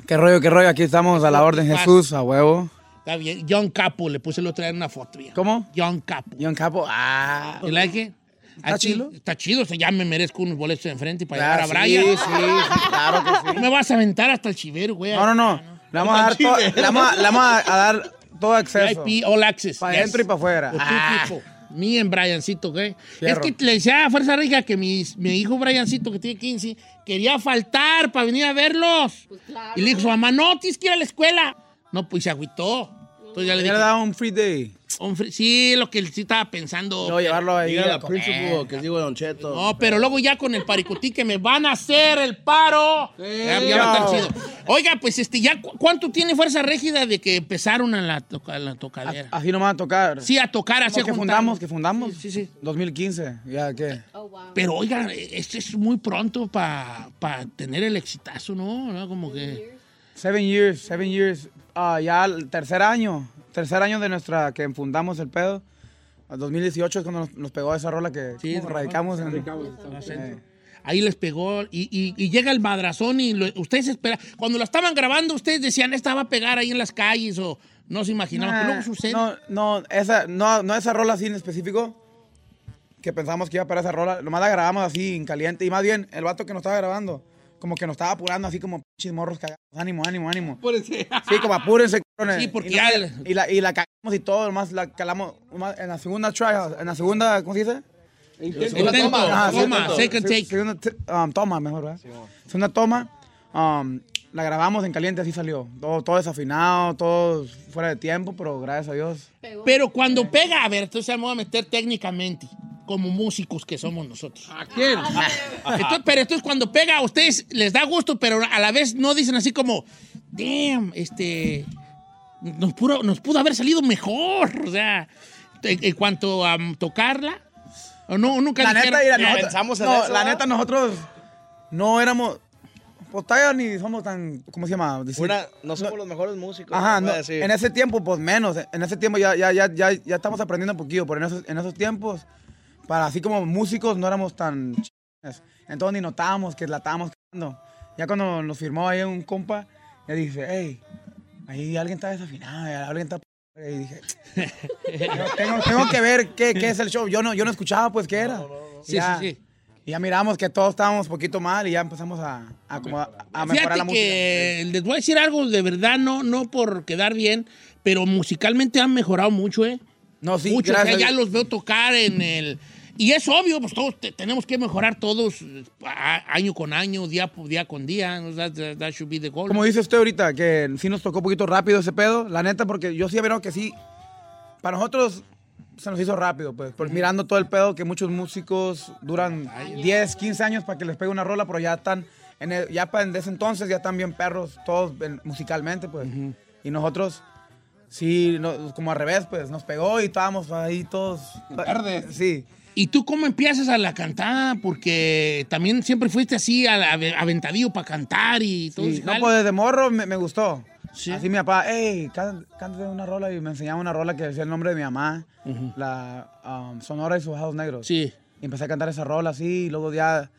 ¿Qué rollo, qué rollo? Aquí estamos a la orden, Jesús, a huevo. Está bien. John Capo, le puse el otro día en una foto. ¿Cómo? John Capo. John Capo, ah. ¿You like it? ¿Está chido? Ah, Está chido, o sea, ya me merezco unos boletos enfrente para llevar Ah, a sí, Brian. sí, sí, claro que sí. No me vas a aventar hasta el chivero, güey. No, no, no. Le vamos a dar, to- le vamos a- le vamos a- a dar todo acceso. VIP, all access. Para yes. adentro y Ah. para afuera. O tú, tipo, Me en Briancito, güey. Fierro. Es que le decía a Fuerza Rica que mis- mi, hijo Briancito, que tiene 15, quería faltar para venir a verlos. Y le dijo su mamá, no, tienes que ir a la escuela. No, pues se agüitó. Entonces ya le dije, dado un free day. un fri- sí, lo que él sí estaba pensando. No, llevarlo ahí Llegar a a la comer. principal, que digo Don Cheto. No, pero luego ya con el paricutí que me van a hacer el paro. ya, ya va a estar chido. Oiga, pues este, ya cu- ¿cuánto tiene fuerza rígida de que empezaron a la, toca- a la tocadera? Así nomás a tocar. Sí, a tocar, así que a juntar. fundamos, que fundamos. Sí, sí. 2015, ya qué. Pero oiga, eh, esto es muy pronto para tener el exitazo, ¿no? ¿No? Como que. Seven years, seven years. Ah, ya el tercer año, tercer año de nuestra que fundamos el pedo. A 2018 es cuando nos, nos pegó esa rola que Sí, ¿cómo? radicamos en. Centro. eh, Ahí les pegó y, y- y llega el madrazón y lo- ustedes esperan. Cuando lo estaban grabando, ustedes decían, esta va a pegar ahí en las calles o no se imaginaban. Nah, Pero luego sucede. No, no, esa, no, no esa rola así en específico. Que pensamos que iba para esa rola. Nomás la grabamos así en caliente. Y más bien, el vato que nos estaba grabando, como que nos estaba apurando así como pinches morros cagados. Ánimo, ánimo, ánimo. Sí, como apúrense, cabrones. Sí, porque y, la- ya- y la, y la cagamos y todo, nomás la calamos nomás en la segunda try, en la segunda, ¿cómo se dice? Ah, Intento, toma, second take. Segunda t- um, toma, mejor, ¿verdad? Segunda toma, um, la grabamos en caliente, así salió. Todo, todo desafinado, todo fuera de tiempo, pero gracias a Dios. Pero cuando pega, a ver, entonces me voy a meter técnicamente, como músicos que somos nosotros. ¿A quién? pero entonces cuando pega a ustedes les da gusto, pero a la vez no dicen así como, damn, este, nos, puro- nos pudo haber salido mejor, o sea, en, en cuanto a mm, tocarla, o no, nunca La dijeron, neta, mira, "Ah, nosotros- no, la neta, nosotros no éramos. Pues todavía ni somos tan. ¿Cómo se llama? Decir- Una- no somos los mejores músicos. Ajá, se no, puede decir. en ese tiempo, pues menos. En ese tiempo ya, ya, ya, ya, ya estamos aprendiendo un poquillo, pero en esos, en esos tiempos, para así como músicos, no éramos tan chingones. Entonces ni notábamos que la estábamos cagando. Ya cuando nos firmó ahí un compa, ya dice, hey, ahí alguien está desafinado, ya alguien está. p-". Y dije, "Yo tengo, tengo que ver qué, qué es el show. Yo no, yo no escuchaba, pues, qué era. Sí, Ya- sí, sí. y ya miramos que todos estábamos poquito mal y ya empezamos a, a, acomodar- a mejorar Fíjate la música. que les voy a decir algo de verdad, no, no por quedar bien, pero musicalmente han mejorado mucho, ¿eh? No, sí, mucho. o sea, gracias a ya Dios. los veo tocar en el. Y es obvio, pues todos te- tenemos que mejorar todos eh, a- año con año, día, por- día con día. ¿no? That, that- that should be the goal. Como dice usted ahorita, que sí nos tocó un poquito rápido ese pedo, la neta, porque yo sí he mirado que sí, para nosotros se nos hizo rápido, pues, por- mirando todo el pedo que muchos músicos duran 10, 15 años para que les pegue una rola, pero ya están, en el- ya para en ese entonces ya están bien perros todos en- musicalmente, pues. Y nosotros, sí, no- como al revés, pues, nos pegó y estábamos ahí todos... Verdes. Sí. ¿Y tú cómo empiezas a la cantada? Porque también siempre fuiste así, a la- ave- aventadillo para cantar y todo. Sí, ese no, jale. pues desde morro me, me gustó. Así mi papá, hey, cán- cántate una rola y me enseñaba una rola que decía el nombre de mi mamá, la um, Sonora y sus Ojos Negros. Sí. Y empecé a cantar esa rola así, y luego ya,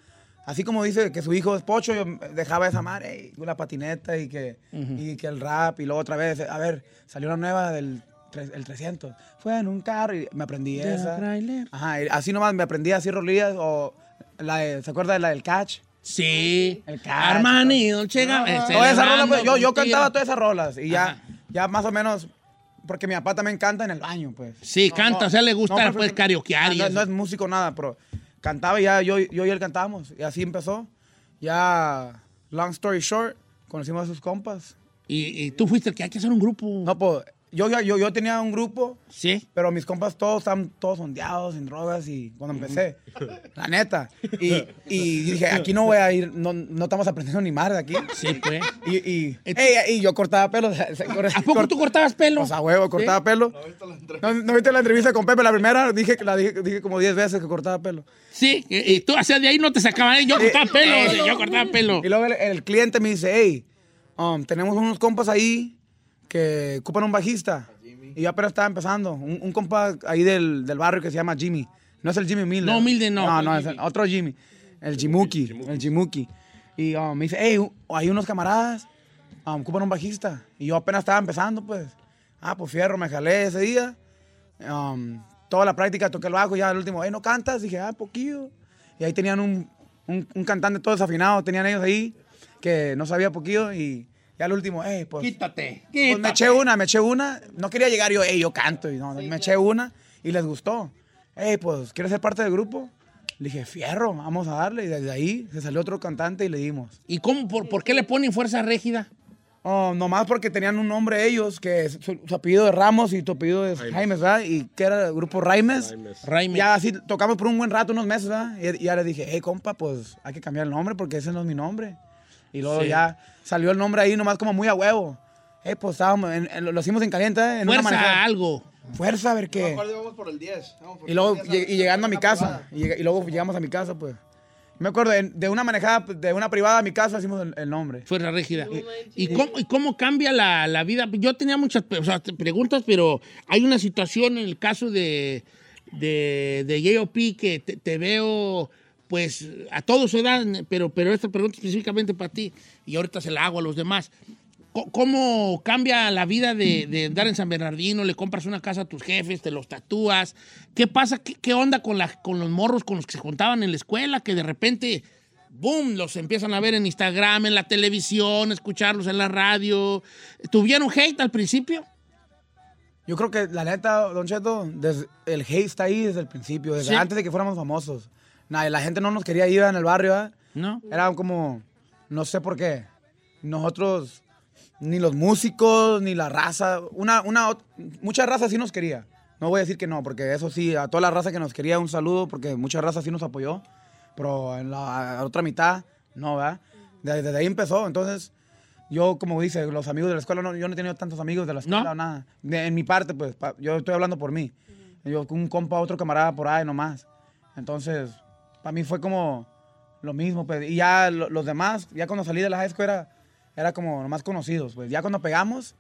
así como dice que su hijo es pocho, yo dejaba esa madre, "Ey, la patineta y que, y que el rap, y luego otra vez, a ver, salió una nueva del tres- el 300. Fue en un carro y me aprendí De esa. trailer. Ajá, y así nomás me aprendí así rolillas o la de- ¿se acuerda de la del catch? Sí. El catch. Armani, este, Dolce Todas Gabbana, esas rolas, pues, yo, yo celebrando contigo. cantaba todas esas rolas y ya, ya más o menos, porque mi papá también canta en el baño, pues. Sí, canta, o sea, le gusta, pero- pues, karaokear y No, eso. no es músico nada, pero cantaba y ya yo, yo y él cantábamos y así empezó. Ya, long story short, conocimos a sus compas. Y, y tú fuiste el que hay que hacer un grupo. No, pues, yo, yo, yo, yo tenía un grupo. Sí. Pero mis compas todos estaban todos sondeados, sin drogas y cuando empecé, la neta. Y, y dije, aquí no voy a ir, no, no estamos aprendiendo ni madre aquí. Sí, pues. Y, y, ey, ey, yo cortaba pelo. ¿A poco tú cortabas pelo? O sea, huevo, cortaba pelo. ¿No, no viste la entrevista con Pepe? La primera dije, que la dije, dije como 10 veces que cortaba pelo. Sí, y, y tú, o sea, de ahí no te sacaban. ¿eh? Yo cortaba pelo, Eh, yo cortaba pelo. Y luego el, el cliente me dice, hey, um, tenemos unos compas ahí que ocupan un bajista. Y yo apenas estaba empezando. Un, un compa ahí del, del barrio que se llama Jimmy. No es el Jimmy Miller. No, Miller no, No, otro no, es el- otro Jimmy. El Jimuki. El Jimuki. Y um, me dice, hey, hay unos camaradas, um, ocupan un bajista. Y yo apenas estaba empezando, pues. Ah, pues fierro, me jalé ese día. Um, toda la práctica toqué lo hago, ya al último, eh, ¿no cantas? Dije, ah, poquillo. Y ahí tenían un, un, un cantante todo desafinado, tenían ellos ahí, que no sabía poquillo, y ya al último, eh, pues. Quítate, Pues me quítate. eché una, me eché una. No quería llegar yo, eh, yo canto, y no, me eché una, y les gustó. Eh, pues, ¿quieres ser parte del grupo? Le dije, fierro, vamos a darle. Y desde ahí se salió otro cantante y le dimos. ¿Y cómo, por, por qué le ponen fuerza rígida? Oh, nomás porque tenían un nombre ellos, que es- su, su apellido es Ramos y tu apellido es Raimes. Jaimes, ¿verdad? Y que era el grupo Raimes. Raimes. Ya así tocamos por un buen rato, unos meses, ¿verdad? Y, y ya les dije, hey, compa, pues hay que cambiar el nombre porque ese no es mi nombre. Y luego Sí. ya salió el nombre ahí nomás como muy a huevo. Eh, pues estábamos, en- en- lo, lo hicimos en caliente, ¿eh? En una Fuerza manejada. algo. Fuerza, a ver Yo me qué. acuerdo íbamos por el 10. íbamos por Y el luego 10 a- lleg- y llegando a mi casa. Y, lleg- y luego llegamos a mi casa, pues. Me acuerdo de, de una manejada, de una privada a mi casa, hicimos el, el nombre. Fuerza rígida. Eh, ¿Y cómo, y cómo cambia la, la vida? Yo tenía muchas pe- o sea, te- preguntas, pero hay una situación en el caso de, de, de J.O.P. que te, te veo, pues, a todos se dan, pero, pero esta pregunta específicamente para ti, y ahorita se la hago a los demás. Co- ¿Cómo cambia la vida de, de andar en San Bernardino? ¿Le compras una casa a tus jefes? ¿Te los tatúas? ¿Qué pasa? ¿Qué, qué onda con, la, con los morros con los que se juntaban en la escuela? Que de repente, boom, los empiezan a ver en Instagram, en la televisión, escucharlos en la radio. ¿Tuvieron hate al principio? Yo creo que la neta, Don Cheto, des- el hate está ahí desde el principio, desde Sí. antes de que fuéramos famosos. Nah, la gente no nos quería ir en el barrio, ¿verdad? No. Era como, no sé por qué. Nosotros, ni los músicos, ni la raza, una, una, ot- mucha raza sí nos quería. No voy a decir que no, porque eso sí, a toda la raza que nos quería un saludo, porque mucha raza sí nos apoyó, pero en la otra mitad, no, ¿verdad? Desde, desde ahí empezó, entonces yo, como dice, los amigos de la escuela, no, yo no he tenido tantos amigos de la escuela o nada. De- en mi parte, pues, pa- yo estoy hablando por mí. Yo con un compa, otro camarada por ahí nomás. Entonces, para mí fue como lo mismo, pues. Y ya lo- los demás, ya cuando salí de la high school era, era como nomás conocidos, pues. Ya cuando pegamos,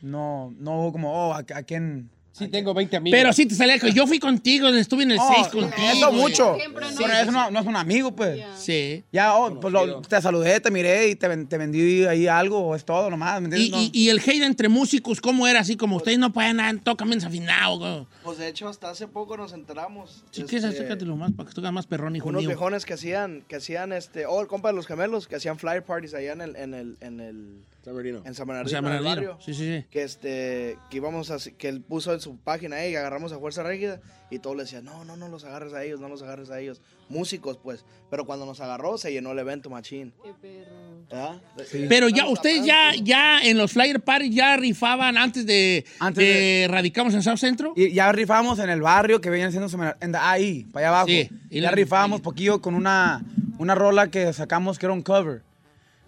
no, no hubo como, oh, ¿a, a quién? Sí, tengo 20 amigos. Oh, Pero sí te salía que yo fui contigo, estuve en el 6 contigo. Eso y- mucho. Pero eso no, no es un amigo, pues. Sí. Ya, oh, pues, lo- te saludé, te miré y te, ven- te vendí ahí algo, o es todo nomás. ¿me entiendes? Y, No. y- y el hate entre músicos, ¿cómo era? Así como ustedes no pueden ah, nada, tócame desafinado. güey. Pues de hecho, hasta hace poco nos enteramos. Si quieres, este, acércatelo más para que toque más perrón, hijo Unos mío. viejones que hacían, que hacían este, oh, el compa de los gemelos, que hacían flyer parties allá en el, en el, en el, en San Bernardino, San en el Bernardino, barrio. sí, sí, sí. Que este, que íbamos a, que él puso en su página, hey, agarramos a Fuerza Rígida, y todos le decían, no, no, no los agarres a ellos, no los agarres a ellos. Músicos, pues. Pero cuando nos agarró, se llenó el evento, machín. ¿Ah? Qué perro. Pero ya, ustedes ya, ya en los flyer parties ya rifaban antes de, de- radicamos en South Centro? Y ya rifamos en el barrio que venían siendo semanal- en- ahí, para allá abajo. Sí, y y la- ya rifamos poquillo con una, una rola que sacamos que era un cover.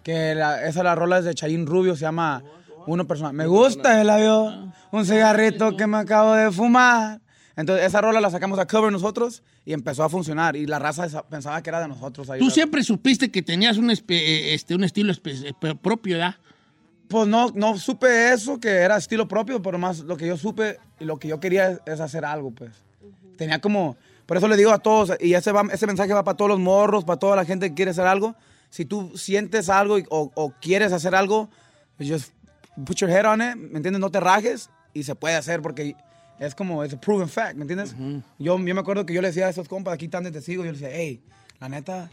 Que la- esa la rola es de Chayín Rubio, se llama Uno Personal. Me gusta el avión, un cigarrito que me acabo de fumar. Entonces esa rola la sacamos a cover nosotros y empezó a funcionar. Y la raza esa- pensaba que era de nosotros. Ahí Tú la- siempre supiste que tenías un, espe- eh, este, un estilo espe- eh, propio, ¿verdad? Pues no, no supe eso, que era estilo propio, pero más lo que yo supe y lo que yo quería es, es hacer algo, pues. Tenía como, por eso le digo a todos, y ese, va- ese mensaje va para todos los morros, para toda la gente que quiere hacer algo. Si tú sientes algo y- o, o quieres hacer algo, pues, just put your head on it, ¿me entiendes? No te rajes y se puede hacer porque es como, es a proven fact, ¿me entiendes? yo, yo me acuerdo que yo le decía a esos compas aquí tan de testigos, yo les decía, hey, la neta,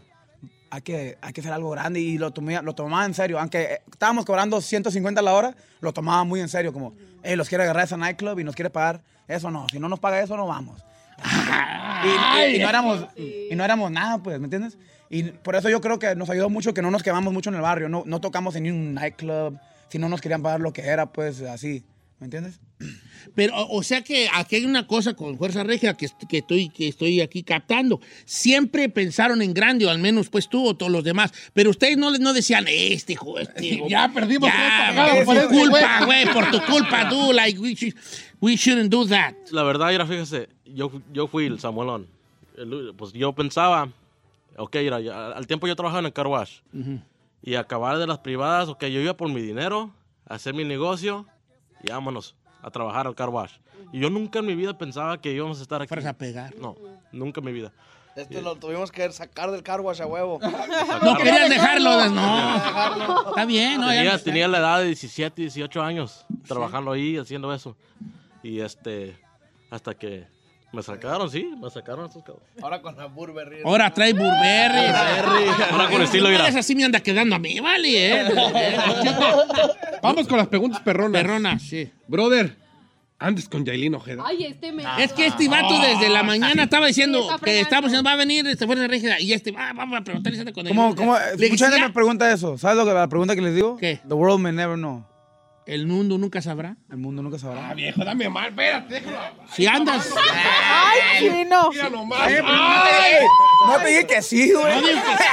hay que, hay que hacer algo grande y lo, tomé- lo tomaba en serio. Aunque eh, estábamos cobrando 150 la hora, lo tomaba muy en serio. Como, hey, los quiere agarrar ese nightclub y nos quiere pagar eso, no. Si no nos paga eso, no vamos. Y- Y, y no éramos, y no éramos nada, pues, ¿me entiendes? Y por eso yo creo que nos ayudó mucho que no nos quedamos mucho en el barrio. No, no tocamos en ningún nightclub. Si no nos querían pagar lo que era, pues así. ¿Me entiendes? Pero, o o sea que aquí hay una cosa con Fuerza Regia que, est- que estoy, que estoy aquí captando. Siempre pensaron en grande, o al menos pues tú o todos los demás. Pero ustedes no, les- no decían, este, hijo, este. Ya perdimos ya, esta por tu cagada, parece, culpa, güey. güey, por tu culpa, tú, like, we, should- we shouldn't do that. La verdad, mira, fíjese, yo, yo fui el Samuelón. El- pues yo pensaba, ok, mira, ya- al tiempo yo trabajaba en el car wash. Y acabar de las privadas, ok, yo iba por mi dinero, a hacer mi negocio y vámonos a trabajar al car wash. Y yo nunca en mi vida pensaba que íbamos a estar aquí. Fueras a pegar. No, nunca en mi vida. Este lo tuvimos que sacar del car wash a huevo. No querías dejarlo, no. no. Está bien, no, ya tenía, no está. tenía la edad de 17, 18 años trabajando ahí, haciendo eso. Y este, hasta que Me sacaron, sí, me sacaron estos cabrones. Ahora con la Burberry. Ahora trae Burberry. Burberry. Ahora Este con estilo, mira. Esas así me anda quedando a mí, vale, eh. Vamos con las preguntas perronas. Perronas, sí. Brother, andes con Yailin Ojeda. Ay, este me. Ah. Es que este vato desde la mañana estaba diciendo está que fregando. estamos va a venir esta fuerza rígida y este ah, vamos a preguntarle si anda con ¿Cómo, él. cómo? Le dije, Mucha gente "Ya, me pregunta eso. ¿Sabes lo que, la pregunta que les digo? ¿Qué? The world may never know. ¿El mundo nunca sabrá? El mundo nunca sabrá. Ah, viejo, dame mal, espérate, déjalo. Si andas. Ay, chino. Mira nomás. Eh, pero Ay. No te dije que sí, güey. No digo que sí.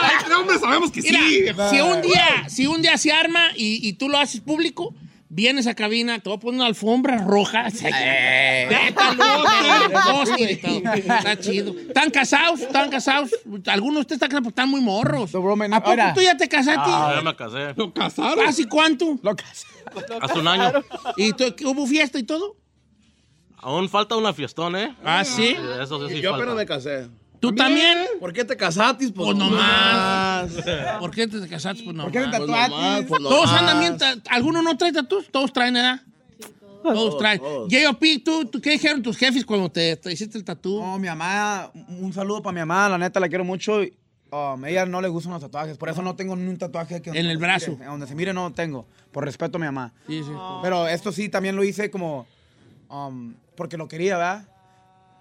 Ay, no, hombre, sabemos que Mira, sí. viejo. si un día, si un día se arma y, y tú lo haces público, vienes a cabina, te voy a poner una alfombra roja. Eh. Neta, luego, hostia, y todo. Está chido. ¿Están casados? ¿Están casados? Algunos de ustedes están casados, pero están muy morros. ¿A poco Ahora. tú ya te casaste? Ah, ya me casé. Lo casaron. ¿Hace cuánto? Lo casaron. Hace un año. ¿Y tú- hubo fiesta y todo? Aún falta una fiestón, ¿eh? Ah, ¿sí? Eso sí, sí Yo falta. apenas me casé. ¿Tú también? ¿Por qué te casaste? Pues nomás. ¿Por qué te casaste? Pues nomás. qué te tatuaste? Pues nomás. Todos andan bien. ta- ¿Alguno no trae tatuajes? Todos traen, ¿verdad? Todos traen. todos. J.O.P., ¿tú, tú qué dijeron tus jefes cuando te, te hiciste el tatu? No, mi mamá, un un saludo para mi mamá, la neta la quiero mucho. y, um, a ella no le gustan los tatuajes, por eso no tengo ni un tatuaje que En el brazo. Mire, donde se mire no tengo, por respeto a mi mamá. Sí, sí. Pero esto sí también lo hice como um, porque lo quería, ¿verdad?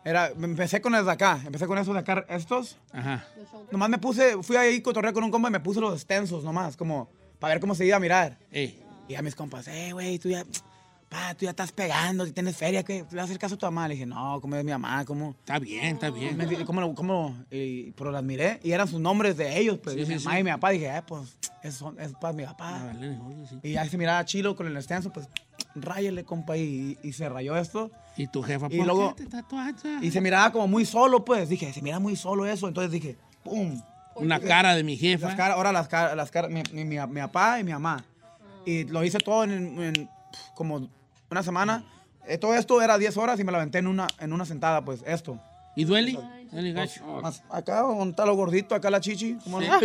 Era, me empecé con el de acá, empecé con esos de acá, estos. Ajá. Nomás me puse, fui ahí cotorreo con un compa y me puse los extensos nomás, como para ver cómo se iba a mirar. Ey. Y a mis compas, eh, güey, tú ya, pa, tú ya estás pegando, si tienes feria, ¿qué? ¿Le vas a hacer caso a tu mamá? Le dije, no, como es mi mamá, ¿cómo? Está bien, está bien. Me di- ¿Cómo? lo- cómo y, pero las miré y eran sus nombres de ellos, pues, Sí, de mi sí, mamá sí. y mi papá. Dije, eh, pues, es, es para mi Ah, papá. Y ahí se miraba chilo con el extenso, pues, ráyele, compa, y, y se rayó esto. Y tu jefa, Y ¿por luego, qué te tatuaste? y se miraba como muy solo, pues. Dije, se mira muy solo eso. Entonces dije, pum. Una cara de mi jefa. Las caras, ahora las caras, las caras, mi, mi, mi- mi papá y mi mamá. Y lo hice todo en, en, pf, como una semana. Eh, Todo esto era 10 horas y me lo aventé en una, en una sentada, pues, esto. Pues, ¿Y duele? Duele gacho. Más acá, un talo gordito, acá la chichi. ¿cómo no?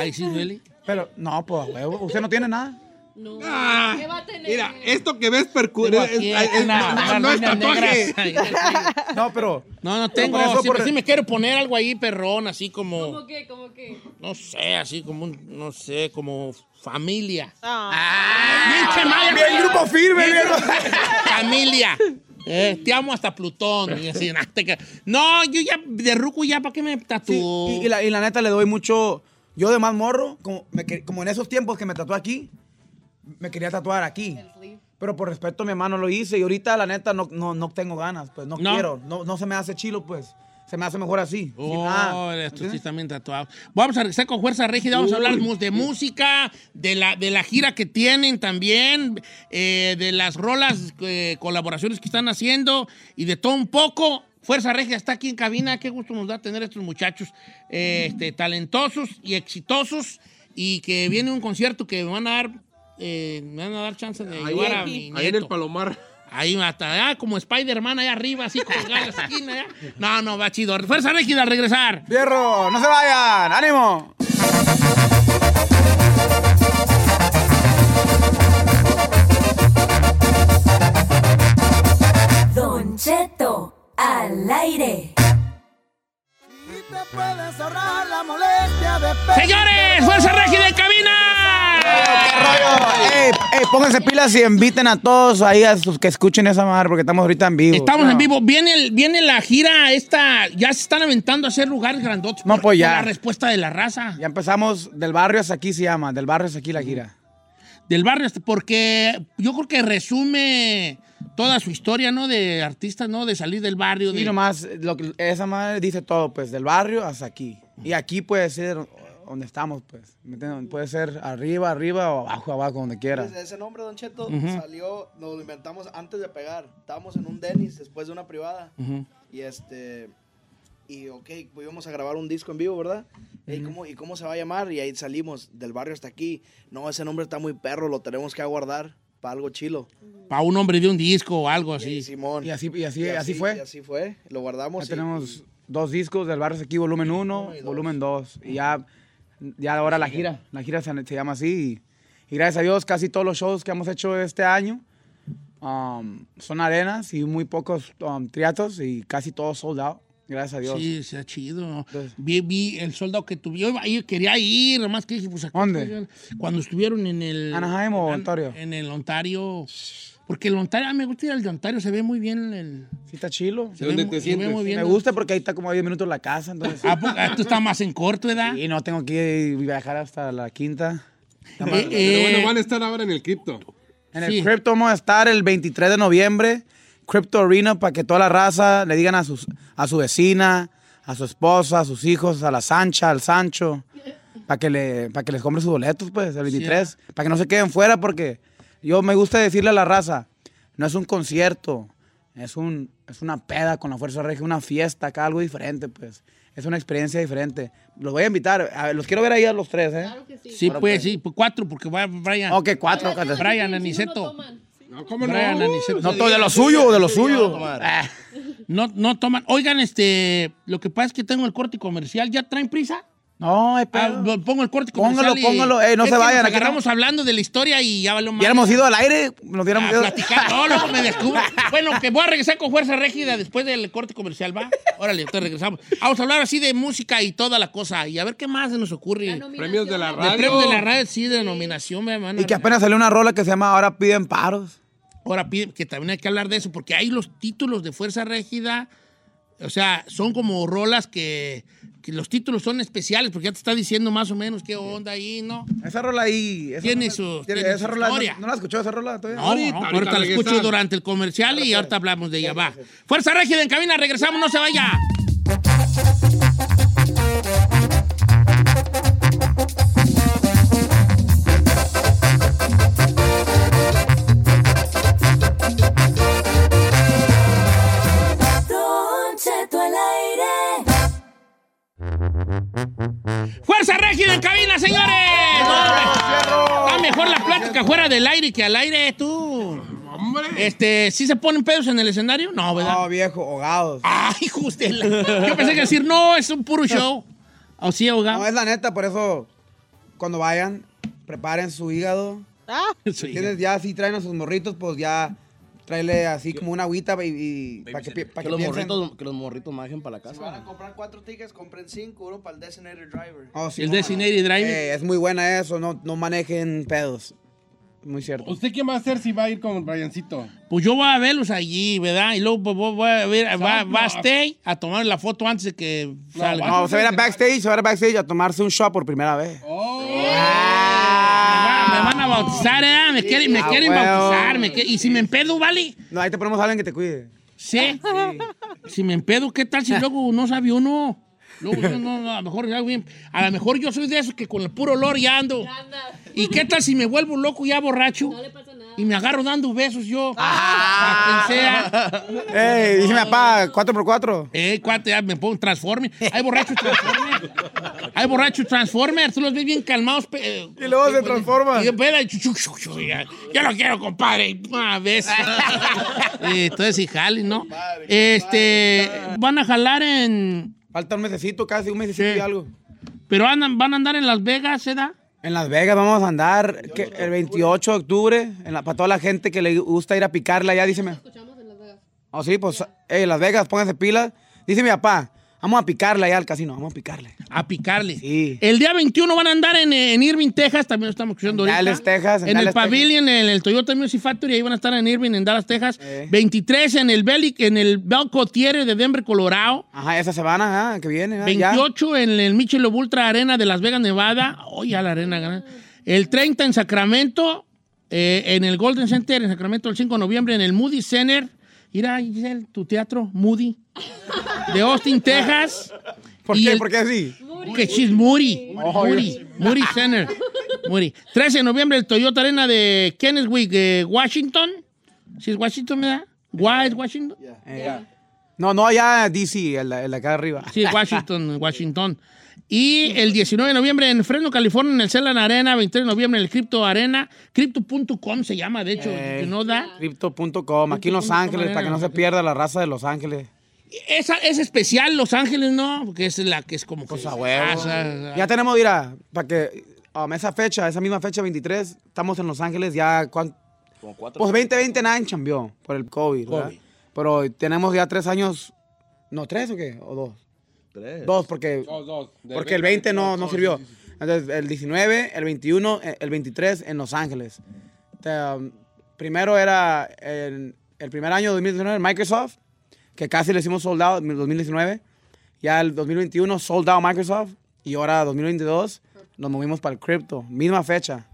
Ahí sí duele. Pero, no, pues, a huevo. Usted no tiene nada. No. Ah, ¿Qué va a tener? Mira, esto que ves percu... Tengo es- aquí es- es- una no, no es barbilla tatuaje. No, pero. No, no tengo. Pero por e eso, sí, por- pero sí me quiero poner algo ahí, perrón, así como. ¿Cómo qué? ¿Cómo qué? No sé, así como un. No sé, como familia. Ah. Mira, Ah, el grupo firme, viejo. Familia. Eh, te amo hasta Plutón. Y así, nah, te ca- no, yo ya de Ruco ya para qué me Sí, tatúo. y, y la, y la neta le doy mucho. Yo de más morro, como, me que- como en esos tiempos que me tatué aquí, me quería tatuar aquí. Pero por respeto a mi hermano lo hice. Y ahorita, la neta, no, no, no tengo ganas, pues no, No. quiero. No, no se me hace chilo, pues. Se me hace mejor así. sin Oh, nada, estos sí ¿entiendes? están bien tatuados. Vamos a regresar con Fuerza Rígida, vamos a hablar mu- de música, de la, de la gira que tienen también, eh, de las rolas, eh, colaboraciones que están haciendo y de todo un poco. Fuerza Rígida está aquí en cabina, qué gusto nos da tener a estos muchachos eh, este, talentosos y exitosos y que viene un concierto que me van a dar, eh, me van a dar chance de Ahí, llevar a en- mi ahí en el nieto. Palomar. Ahí hasta, ah, como Spider-Man allá arriba, así con la esquina. ¿eh? No, no, va chido. Fuerza Rígida al regresar. ¡Fierro! ¡No se vayan! ¡Ánimo! Don Cheto al aire. Señores, Fuerza Régida en cabina. Ey, ey, pónganse pilas y inviten a todos ahí a sus que escuchen esa madre, porque estamos ahorita en vivo. Estamos No. en vivo. Viene, el- viene la gira esta. Ya se están aventando a hacer lugares grandotes. No, por- pues por ya. La respuesta de la raza. Ya empezamos del barrio hasta aquí se llama, del barrio hasta aquí la gira. Del barrio. hasta- Porque yo creo que resume toda su historia, ¿no? De artistas, ¿no? De salir del barrio. Y de- nomás, lo que- esa madre dice todo, pues, del barrio hasta aquí. Y aquí puede ser donde estamos, pues. ¿me entiendes? Puede ser arriba, arriba o abajo, abajo, donde quiera. Pues, Ese nombre, Don Cheto, Ujú. salió, nos lo inventamos antes de pegar. Estábamos en un Dennis después de una privada. Y este. Y ok, pues íbamos a grabar un disco en vivo, ¿verdad? Ey, ¿cómo- ¿Y cómo se va a llamar? Y ahí salimos del barrio hasta aquí. No, ese nombre está muy perro, lo tenemos que aguardar para algo chilo. Para un hombre de un disco o algo así. Simón. Y así, y así, así fue. y así fue. Lo Oh, Ya guardamos. y- tenemos dos discos del barrio hasta aquí, volumen 1, volumen 2. Y ya, ya ahora la gira, la gira se, se llama así. Y, y gracias a Dios, casi todos los shows que hemos hecho este año um, son arenas y muy pocos um, triatos y casi todos sold out, gracias a Dios. Sí, se ha chido. Vi, vi eh, el soldado que tuvieron. Yo, iba- yo quería ir, nomás que dije, pues aquí ¿Dónde? estoy. Cuando estuvieron en el. Anaheim o en- Ontario? En el Ontario. Porque el Ontario, ah, me gusta ir al de Ontario, se ve muy bien el. Sí, está chilo. Se ve, mu- se ve muy bien. Me gusta porque ahí está como a 10 minutos la casa, entonces. ¿A poco? Ah, tú estás más en corto, ¿verdad? Y no tengo que viajar hasta la quinta. Eh, Pero bueno, van a estar ahora en el cripto. En el Crypto vamos a estar el 23 de noviembre. Crypto Arena para que toda la raza le digan a, sus, a su vecina, a su esposa, a sus hijos, a la Sancha, al Sancho, para que, le, para que les compre sus boletos, pues, el 23. Para que no se queden fuera, porque yo me gusta decirle a la raza, no es un concierto, es, un, es una peda con la Fuerza Regia, una fiesta acá, algo diferente, pues. Es una experiencia diferente. Los voy a invitar, a- los quiero ver ahí a los tres, ¿eh? Sí, pues, sí, pues cuatro, porque va Brian. Ok, cuatro. cuatro. Brian Aniceto. No, ¿cómo no? Brian Aniceto. No, todo de lo suyo, de lo suyo. Ah, No, no toman. Oigan, este, lo que pasa es que tengo el corte comercial. ¿Ya traen prisa? No, espera. pongo el corte Póngalo, comercial. y- póngalo. Ey, no Es se que vayan, Nos aquí agarramos hablando de la historia y ya valió más. Hubiéramos ido al aire, nos hubiéramos ido. No, loco, me descubro. Bueno, que voy a regresar con fuerza rígida después del corte comercial, ¿va? Órale, entonces regresamos. Vamos a hablar así de música y toda la cosa. Y a ver qué más se nos ocurre. Premios de la De radio. premio de la radio, sí, de nominación, me van a Y que apenas salió una rola que se llama Ahora piden paros. Ahora pide- que también hay que hablar de eso, porque hay los títulos de Fuerza Régida, o sea, son como rolas que, que los títulos son especiales, porque ya te está diciendo más o menos qué onda ahí, ¿no? Esa rola ahí. esa Tiene rola- su- tiene- tiene esa su rola, historia. ¿no, no la escuchó esa rola todavía? No, no, ahorita la escucho durante el comercial y ahorita hablamos de ella, va. Fuerza Régida en cabina, regresamos, no se vaya. Don Cheto al aire. ¡Fuerza Régida en cabina, señores! No, hombre. Está mejor la plática fuera del aire que al aire, tú. Hombre. Este, ¿sí se ponen pedos en el escenario? No, ¿verdad? No, viejo, ahogados. Ay, justo. Yo pensé que decir, no, es un puro show. O sí, ahogados. No, es la neta, por eso, cuando vayan, preparen su hígado. Ah, sí. Tienes ya, si traen a sus morritos, pues ya tráele así como una agüita y, para que, pi- pa' Que que los, piensen. morritos, que los morritos majen para la Si van casa. a comprar cuatro tickets, compren cinco, uno para el Designated Driver. Oh, sí, El no, designated no. driver. Eh, es muy buena eso, no, no manejen pedos. Muy cierto. ¿Usted qué va a hacer si va a ir con Briancito? Pues yo voy a verlos allí, ¿verdad? Y luego pues, voy a ver, va, No, va a no. Stay a tomar la foto antes de que salga. No, se va a ir a backstage, se va a ir a backstage a tomarse un shot por primera vez. Ah, Me van a bautizar, ¿eh? Me quieren, me Ah, quieren bueno. bautizar. me quieren- y si me empedo, ¿vale? No, ahí te ponemos a alguien que te cuide. Sí. Si me empedo, ¿qué tal si luego no sabe uno? Luego yo no, no, a lo mejor ya bien. A lo mejor yo soy de esos que con el puro olor ya ando. ¿Y qué tal si me vuelvo loco ya borracho? Y me agarro dando besos yo. A quien sea. Ey, dice mi papá, 4x4. Eh, cuate, ya me pongo un transforme. Hay borrachos transformers. Hay borrachos transformers. Tú los ves bien calmados. y luego se transforman. pues, Y después, ay, chu, chu, chu, chu, ya, ya lo quiero, compadre. Ah, Una vez. Eh, entonces, y jale, ¿no? Este, van a jalar en... Falta un mesecito, casi un mesecito y algo. Pero andan, van a andar en Las Vegas, ¿eh? da? En Las Vegas vamos a andar que- el 28 de octubre, en la- para toda la gente que le gusta ir a picarla ya, díceme. Oh, sí, pues, ey, Las Vegas, pónganse pilas. Dice mi papá, vamos a picarla ya al casino, vamos a picarle. A picarle. El día 21 van a andar en, eh, en Irving, Texas. También lo estamos escuchando ahorita. Dallas, Texas, en En, el Dallas, Pavilion, en el Toyota Music Factory. Ahí van a estar en Irving, en Dallas, Texas. 23 en el Bellic, en el Belco Theater de Denver, Colorado. Ajá, esa semana ajá, que viene. ah, ya. 28 en el Michelob Ultra Arena de Las Vegas, Nevada. Hoy a la arena gana. El 30 en Sacramento, eh, en el Golden Center en Sacramento el 5 de noviembre, en el Moody Center. Mira, Giselle, tu teatro, Moody, de Austin, Texas. ¿Por Y qué? el- ¿Por qué así? que she's Moody. Oh, Moody. Moody Center. Moody. 13 de noviembre, el Toyota Arena de Kenneswick, eh, Washington. Si es Washington, ¿verdad? Why es Washington? Eh, No, no, ya DC, el, el de acá arriba. Sí, Washington, Washington. Y el 19 de noviembre en Fresno, California, en el Celan Arena. 23 de noviembre en el Crypto Arena. Crypto.com se llama, de hecho. Eh. que no da. Crypto.com, aquí en Los Ángeles, para que no se pierda la raza de Los Ángeles. Esa, es especial Los Ángeles, ¿no? Porque es la que es como... Cosa Pues Oh. Ya tenemos, mira, para que um, esa fecha, esa misma fecha 23, estamos en Los Ángeles ya cuan- Como cuatro. Pues 2020 nadie chambeó por el COVID, ¿verdad? COVID. Pero tenemos ya tres años, no, tres o qué, o dos. Tres. Dos, porque, Dos, dos. De porque el 20 no, no sirvió. Entonces, el 19, el 21, eh, el 23 en Los Ángeles. Te, um, primero era el, el primer año 2019 en Microsoft, que casi le hicimos sold out en 2019. Ya el 2021 sold out Microsoft. Y ahora 2022 nos movimos para el crypto. Misma fecha.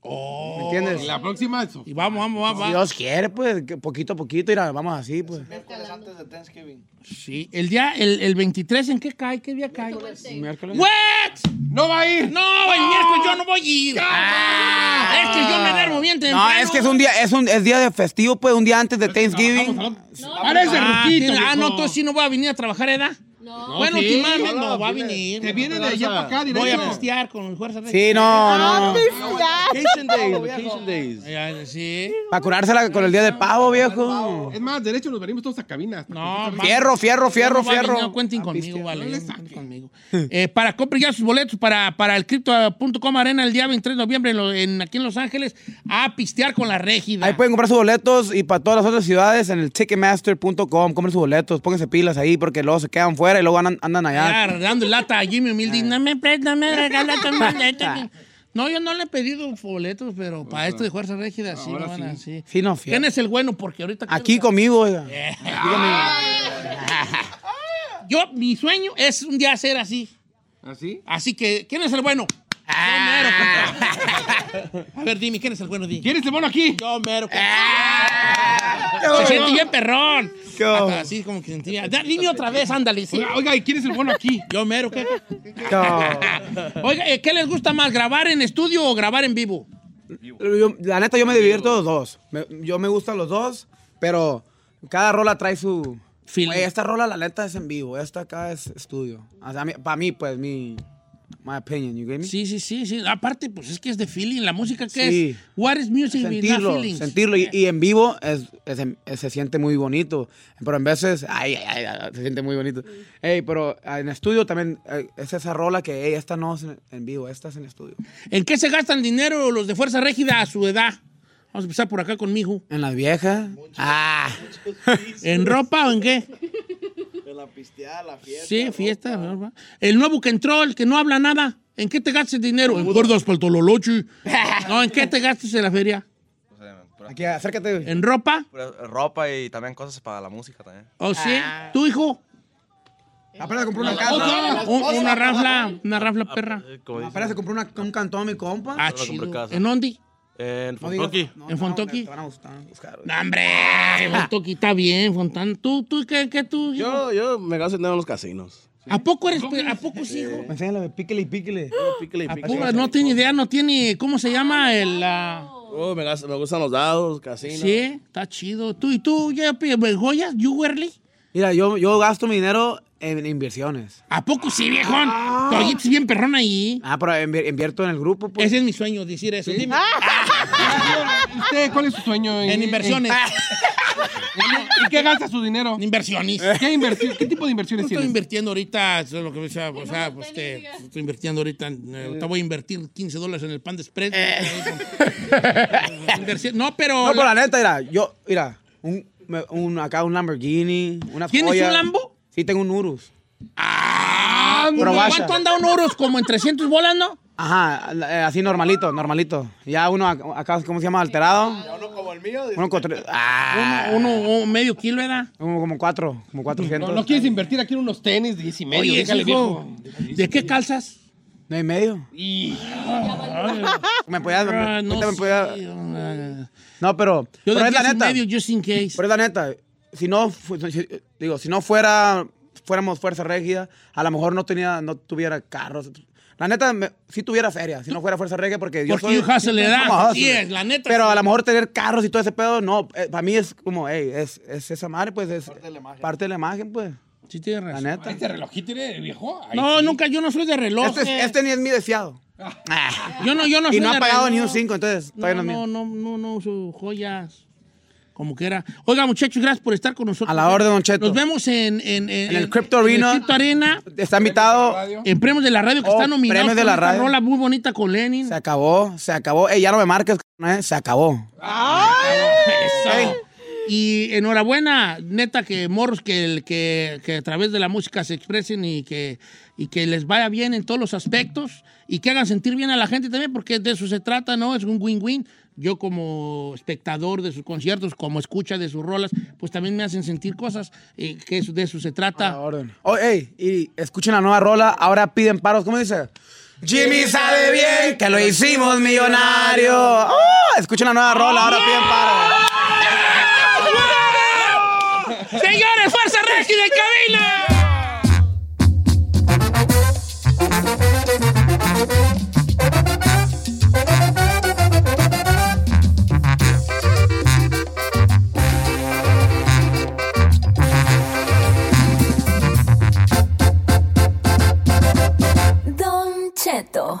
Oh. ¿Me entiendes? Y la próxima. Y vamos, vamos, vamos. Si Dios quiere, pues que poquito a poquito, mira, vamos así, pues. Miércoles antes de Thanksgiving. Sí, el día, el, el 23, ¿en qué cae? ¿Qué día cae? Miércoles. ¿What? No va a ir. No, el miércoles yo no voy a ir. Ah, es que yo me duermo bien No, es que es un día, es un es día de festivo, pues, un día antes de Thanksgiving. Parece ah, ruquito. tiene- ah, no, viejo. tú sí no vas a venir a trabajar, ¿edad? No. Bueno, sí. últimamente no, No, va a viene- venir. te viene de allá Vas a- para acá Voy directo. a pistear con fuerza. Sí, no, Ah, no, no. Vacation days, vacation days. Sí. Para curársela con el día de pavo, viejo. Es más, derecho nos venimos todos a cabinas. No, Porque- Fierro, fierro, fierro, No va a venir, fierro. No cuenten conmigo, vale. no cuenten conmigo. Eh, para comprar ya sus boletos para, para el Crypto.com Arena el día 23 de noviembre en lo- en- aquí en Los Ángeles a pistear con la régida. Ahí pueden comprar sus boletos y para todas las otras ciudades en el ticketmaster.com. Compren sus boletos, pónganse pilas ahí porque luego se quedan fuera y luego andan, andan allá. Ya, dando lata a Jimmy Humilde. Ah. pues, No me pre- no me regala tu boleto. No, yo no le he pedido boletos, pero para esto de Fuerza Régida sí, me van a- sí. Sí, no, ¿Quién fierro. es el bueno? Porque ahorita... Aquí conmigo, eh. oiga. Yo, mi sueño es un día ser así. ¿Así? Así que, ¿quién es el bueno? Yo mero. A ver, dime, ¿quién es el bueno? Dime. Ah. ¿Quién es el bueno aquí? Ah. Yo mero. Se sentí bien perrón. Hasta así como que sentía. Da- Dime otra vez, ándale. sí. Oiga, oiga, ¿y quién es el bueno aquí? Yo mero, ¿qué? No. Oiga, eh, ¿qué les gusta más, grabar en estudio o grabar en vivo? Yo- la neta, yo me divierto los dos. Me- yo me gustan los dos, pero cada rola trae su. Güey, esta rola, la neta, es en vivo. Esta acá es estudio. O sea, para mí, pues, mi. My opinion, you get me? Sí, sí, sí, sí. Aparte, pues es que es de feeling. La música que Sí. es. What is music without sentirlo, feelings? sentirlo. Y, y en vivo es, es en- es- se siente muy bonito. Pero en veces, ay, ay, ay, se siente muy bonito. Mm. Ey, pero ah, en estudio también eh, es esa rola que, ey, esta no es en- en vivo, esta es en estudio. ¿En qué se gastan dinero los de Fuerza Régida a su edad? Vamos a empezar por acá conmigo. En las viejas. Ah. ¿En ropa o en qué? De la pisteada, la fiesta. Sí, fiesta. Ah. ropa. El nuevo que entró, el que no habla nada. ¿En qué te gastas el dinero? En gordas para el tololochi. No, ¿en qué te gastas en la feria? Aquí, acércate. güey. ¿En ropa? Ropa y también cosas para la música también. ¿O sí? ¿Tu hijo? Apenas compró una casa. Un- una rafla, una rafla perra. Ah, Como dice, Apenas se compró una- un cantón, mi compa. Ah, compré chido. casa. ¿En Ondi? en No digas- Fontoki. no, ¿En te van a- Fontoki? te van a gustar, a buscar, güey. No, hombre, Fontoki Ah, está bien, Fontán. ¿Tú, tú, qué, qué tú? hijo? Yo, yo me gasto dinero en los casinos. ¿A poco eres, pe- a poco sí, hijo? Me enseñan la de píquele y píquele. Píquele y ¿A píquele. poco? No tiene idea, no tiene, ¿cómo se llama? El, ah, Oh, me, gasto- me gustan los dados, casinos. Sí, está chido. ¿Tú y tú, ya, pe- pues, joyas, you early? Mira, yo, yo gasto mi dinero en inversiones. ¿A poco sí, viejón? Toyitos bien perrón ahí. Ah, pero invi- invierto en el grupo, pues. Ese es mi sueño, decir eso. Dime. ¿Usted cuál es su sueño? Ah. En inversiones. Ah. en- ¿Y qué gasta su dinero? En inversiones. ¿Qué, inversión, ¿Qué tipo de inversiones Estoy tiene? invirtiendo ahorita, eso es lo que o sea, o sea, pues, este, estoy invirtiendo ahorita, en, eh, ahorita voy a invertir 15 dólares en el pan de spread. Eh. Inversión- no, pero... No, pero la- la neta, mira, yo, mira, un, me- un- acá un Lamborghini, una ¿Tienes joya. un Lambo? Sí, tengo un Urus. Ah, Pero vaya. ¿Cuánto anda un oros? Como en 300 bolas, ¿no? Ajá, eh, así normalito, normalito. Ya uno ac- acá, ¿cómo se llama? Alterado. Uno como el mío. Uno con tres- ah, Uno, uno- un medio kilo, ¿verdad? como, como cuatro, como cuatrocientos. No, no quieres invertir aquí en unos tenis de 10 y medio. Oye, déjale, hijo, ¿de qué calzas? No y medio. Me podía, Ah, me- no, ahorita me sí, podía- ah. no, pero, Yo pero de es la diez y neta. medio, just in case. Pero es la neta, si no, fu- si- digo, si no fuera, fuéramos fuerza rígida, a lo mejor no tenía, no tuviera carros. La neta, si tuviera feria, si no fuera fuerza rígida, porque yo Porque soy... you hustle, soy ¿verdad? como Sí, es, la neta, Pero sí. a lo mejor tener carros y todo ese pedo, no, eh, para mí es como, hey, es, es esa madre, pues, es parte de la imagen, pues, Sí, tienes la razón. neta. Este relojito de viejo. ahí No, sí. nunca, yo no soy de reloj. Este, es- este ni es mi deseado. Yo no, yo no y soy no de ha pagado reloj. ni un cinco, entonces, No, todavía no, es mío. no, no, no, no uso joyas. como que era. Oiga, muchachos, gracias por estar con nosotros. A la orden, Don Cheto. Nos vemos en, en, En el Crypto Arena. En el Crypto Arena. Está invitado. En Premios de la Radio, que Oh, está nominado. Premios de la Radio. rola muy bonita con Lenin. Se acabó, se acabó. Ey, ya no me marques, c- eh, se acabó. Eso. Y enhorabuena, neta, que morros que, el- que, que a través de la música se expresen y que, y que les vaya bien en todos los aspectos y que hagan sentir bien a la gente también, porque de eso se trata, ¿no? Es un win-win. Yo como espectador de sus conciertos, como escucha de sus rolas, pues también me hacen sentir cosas eh, que eso- de eso se trata. Oh, ey, y escuchen la nueva rola, ahora piden paros, ¿cómo dice? Jimmy sabe bien que lo hicimos millonario. Oh, escuchen la nueva rola, ahora piden paros. ¡Señores, Fuerza Regi de cabina! Don Cheto.